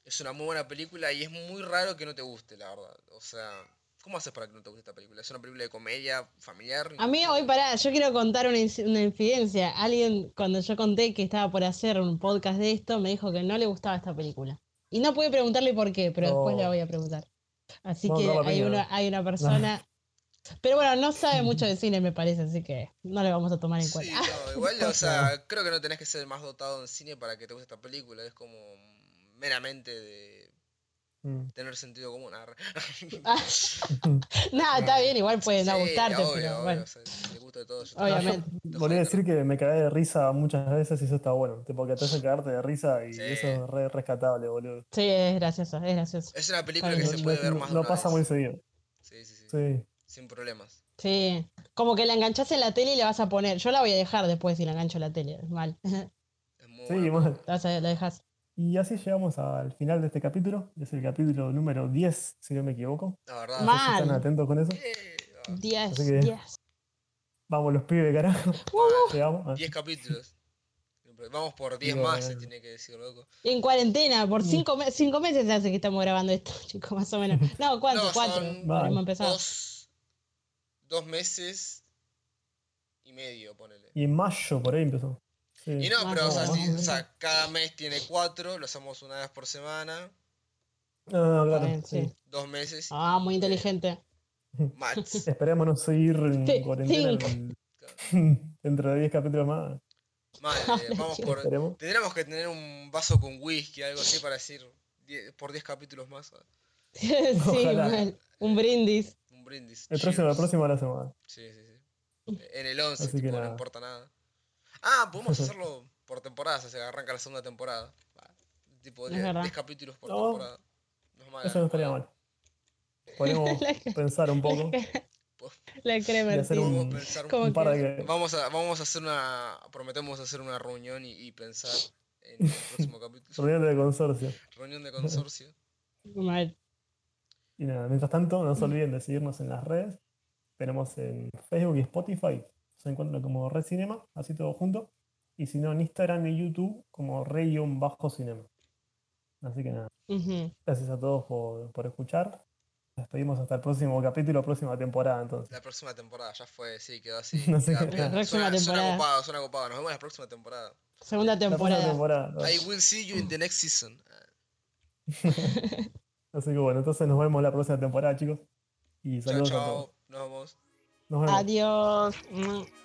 Speaker 3: es una muy buena película y es muy raro que no te guste, la verdad. O sea, ¿cómo haces para que no te guste esta película? Es una película de comedia familiar.
Speaker 2: A mí hoy, pará, yo quiero contar una, inci- una infidencia. Alguien, cuando yo conté que estaba por hacer un podcast de esto, me dijo que no le gustaba esta película. Y no pude preguntarle por qué, pero después
Speaker 1: Oh.
Speaker 2: le voy a preguntar. Así
Speaker 1: No,
Speaker 2: que
Speaker 1: no, la
Speaker 2: hay,
Speaker 1: piña,
Speaker 2: una, hay una persona... Pero bueno, no sabe mucho de cine, me parece, así que no le vamos a tomar en
Speaker 3: Sí,
Speaker 2: cuenta.
Speaker 3: no, igual, o sea, creo que no tenés que ser el más dotado en cine para que te guste esta película. Es como meramente de
Speaker 1: Mm.
Speaker 3: tener sentido común. Ah, arre.
Speaker 2: Nada, está bien, igual puede no
Speaker 3: Sí,
Speaker 2: gustarte,
Speaker 3: obvio,
Speaker 2: pero
Speaker 3: obvio,
Speaker 2: bueno.
Speaker 3: o sea, el gusto de todos, yo
Speaker 1: Ah, yo
Speaker 3: también.
Speaker 2: Obviamente.
Speaker 3: Te
Speaker 1: Volví a
Speaker 3: juro.
Speaker 1: decir que me cagué de risa muchas veces y eso está bueno. Tipo que te hace cagarte de risa y
Speaker 3: Sí.
Speaker 1: eso es re rescatable, boludo.
Speaker 2: Sí, es gracioso, es gracioso.
Speaker 3: Es una película
Speaker 2: Está
Speaker 3: que
Speaker 2: bien.
Speaker 3: se
Speaker 1: No-
Speaker 3: puede
Speaker 1: no-
Speaker 3: ver más de
Speaker 1: No
Speaker 3: una
Speaker 1: pasa
Speaker 3: vez.
Speaker 1: muy seguido.
Speaker 3: Sí, sí, sí,
Speaker 1: Sí.
Speaker 3: Sin problemas.
Speaker 2: Sí, como que la enganchás en la tele y le vas a poner. Yo la voy a dejar después si la engancho en la tele, mal. La,
Speaker 3: Es muy
Speaker 1: Sí,
Speaker 3: buena
Speaker 1: mal.
Speaker 3: película.
Speaker 2: vas a- la dejas.
Speaker 1: Y así llegamos al final de este capítulo. Es el capítulo número 10, si no me equivoco.
Speaker 3: La verdad.
Speaker 1: No sé si
Speaker 2: Mal.
Speaker 1: están atentos con eso.
Speaker 3: Eh, ah,
Speaker 2: 10,
Speaker 1: Así que-
Speaker 2: 10.
Speaker 1: Vamos los pibes, carajo. Llegamos. Ah,
Speaker 3: 10 capítulos. Vamos por 10
Speaker 1: Digo,
Speaker 3: más, se
Speaker 1: bueno.
Speaker 3: tiene que decir, loco.
Speaker 2: En cuarentena, por
Speaker 1: Mm.
Speaker 2: 5 cinco meses hace que estamos grabando esto, chicos, más o menos. No, ¿cuánto?
Speaker 3: No,
Speaker 2: Cuatro.
Speaker 3: son
Speaker 2: pero
Speaker 1: Mal.
Speaker 2: Hemos empezado.
Speaker 3: Dos, dos meses y medio, ponele.
Speaker 1: Y en mayo por ahí empezó. Sí.
Speaker 3: Y no,
Speaker 2: Más
Speaker 3: pero o
Speaker 2: o
Speaker 3: sea,
Speaker 2: menos.
Speaker 3: sí, o sea, cada mes tiene 4, lo hacemos una vez por semana,
Speaker 1: Ah,
Speaker 2: Está
Speaker 1: claro.
Speaker 2: bien,
Speaker 1: sí.
Speaker 2: sí.
Speaker 3: dos meses.
Speaker 2: Ah, muy inteligente.
Speaker 3: Mats.
Speaker 1: Esperemos no seguir en
Speaker 2: Sí,
Speaker 1: cuarentena en- dentro de 10 capítulos más.
Speaker 3: Madre, eh, vamos por.
Speaker 1: Esperemos.
Speaker 3: Tendríamos que tener un vaso con whisky, algo así, para decir die- por 10 capítulos más. ah,
Speaker 2: sí,
Speaker 1: Ojalá.
Speaker 2: mal. Un brindis.
Speaker 3: Un brindis.
Speaker 1: El próximo, la
Speaker 3: Cheers.
Speaker 1: próxima la semana.
Speaker 3: Sí, sí, sí. Eh, En el 11,
Speaker 1: Así que
Speaker 3: tipo, no
Speaker 1: nada.
Speaker 3: importa nada. Ah, podemos hacerlo por temporadas, o sea, arranca la segunda temporada. Ah, Tipo,
Speaker 2: Es
Speaker 3: 10
Speaker 2: verdad.
Speaker 3: capítulos por
Speaker 1: No,
Speaker 3: temporada. No es mala,
Speaker 1: Eso no estaría
Speaker 3: mala.
Speaker 1: mal. Podemos
Speaker 2: La que-
Speaker 1: pensar un poco.
Speaker 2: La
Speaker 1: Y hacer
Speaker 2: cremertina.
Speaker 1: un-
Speaker 3: Podemos pensar un
Speaker 2: Como
Speaker 1: Un par
Speaker 2: que-
Speaker 1: de
Speaker 3: Vamos a, vamos a hacer una. Prometemos hacer una reunión y, y pensar en el próximo capítulo.
Speaker 1: reuniones de consorcio.
Speaker 3: reunión de consorcio.
Speaker 2: Mal.
Speaker 1: Y nada, mientras tanto, no se olviden de seguirnos en las redes. Tenemos en Facebook y Spotify. Se encuentran como Red Cinema, así todo junto. Y si no, en Instagram y YouTube como Rey-Cinema. Bajo Cinema. Así que nada,
Speaker 2: Ujú.
Speaker 1: gracias a todos por, por escuchar. Nos despedimos hasta el próximo capítulo, próxima temporada entonces.
Speaker 3: La próxima temporada, ya fue, sí, quedó así.
Speaker 1: No sé
Speaker 3: queda
Speaker 1: qué-
Speaker 3: bien.
Speaker 2: La próxima
Speaker 3: suena, suena
Speaker 2: temporada.
Speaker 3: copado, suena copado. Nos vemos la próxima temporada.
Speaker 2: Segunda
Speaker 1: La próxima
Speaker 2: temporada.
Speaker 1: temporada.
Speaker 3: I will see you in the next season.
Speaker 1: Así que bueno, entonces nos vemos la próxima temporada, chicos. Y
Speaker 3: Chao,
Speaker 1: saludos a todos.
Speaker 3: chao. Nos vemos.
Speaker 1: Nos vemos.
Speaker 2: Adiós. Mm.
Speaker 3: Ah,
Speaker 2: Ah.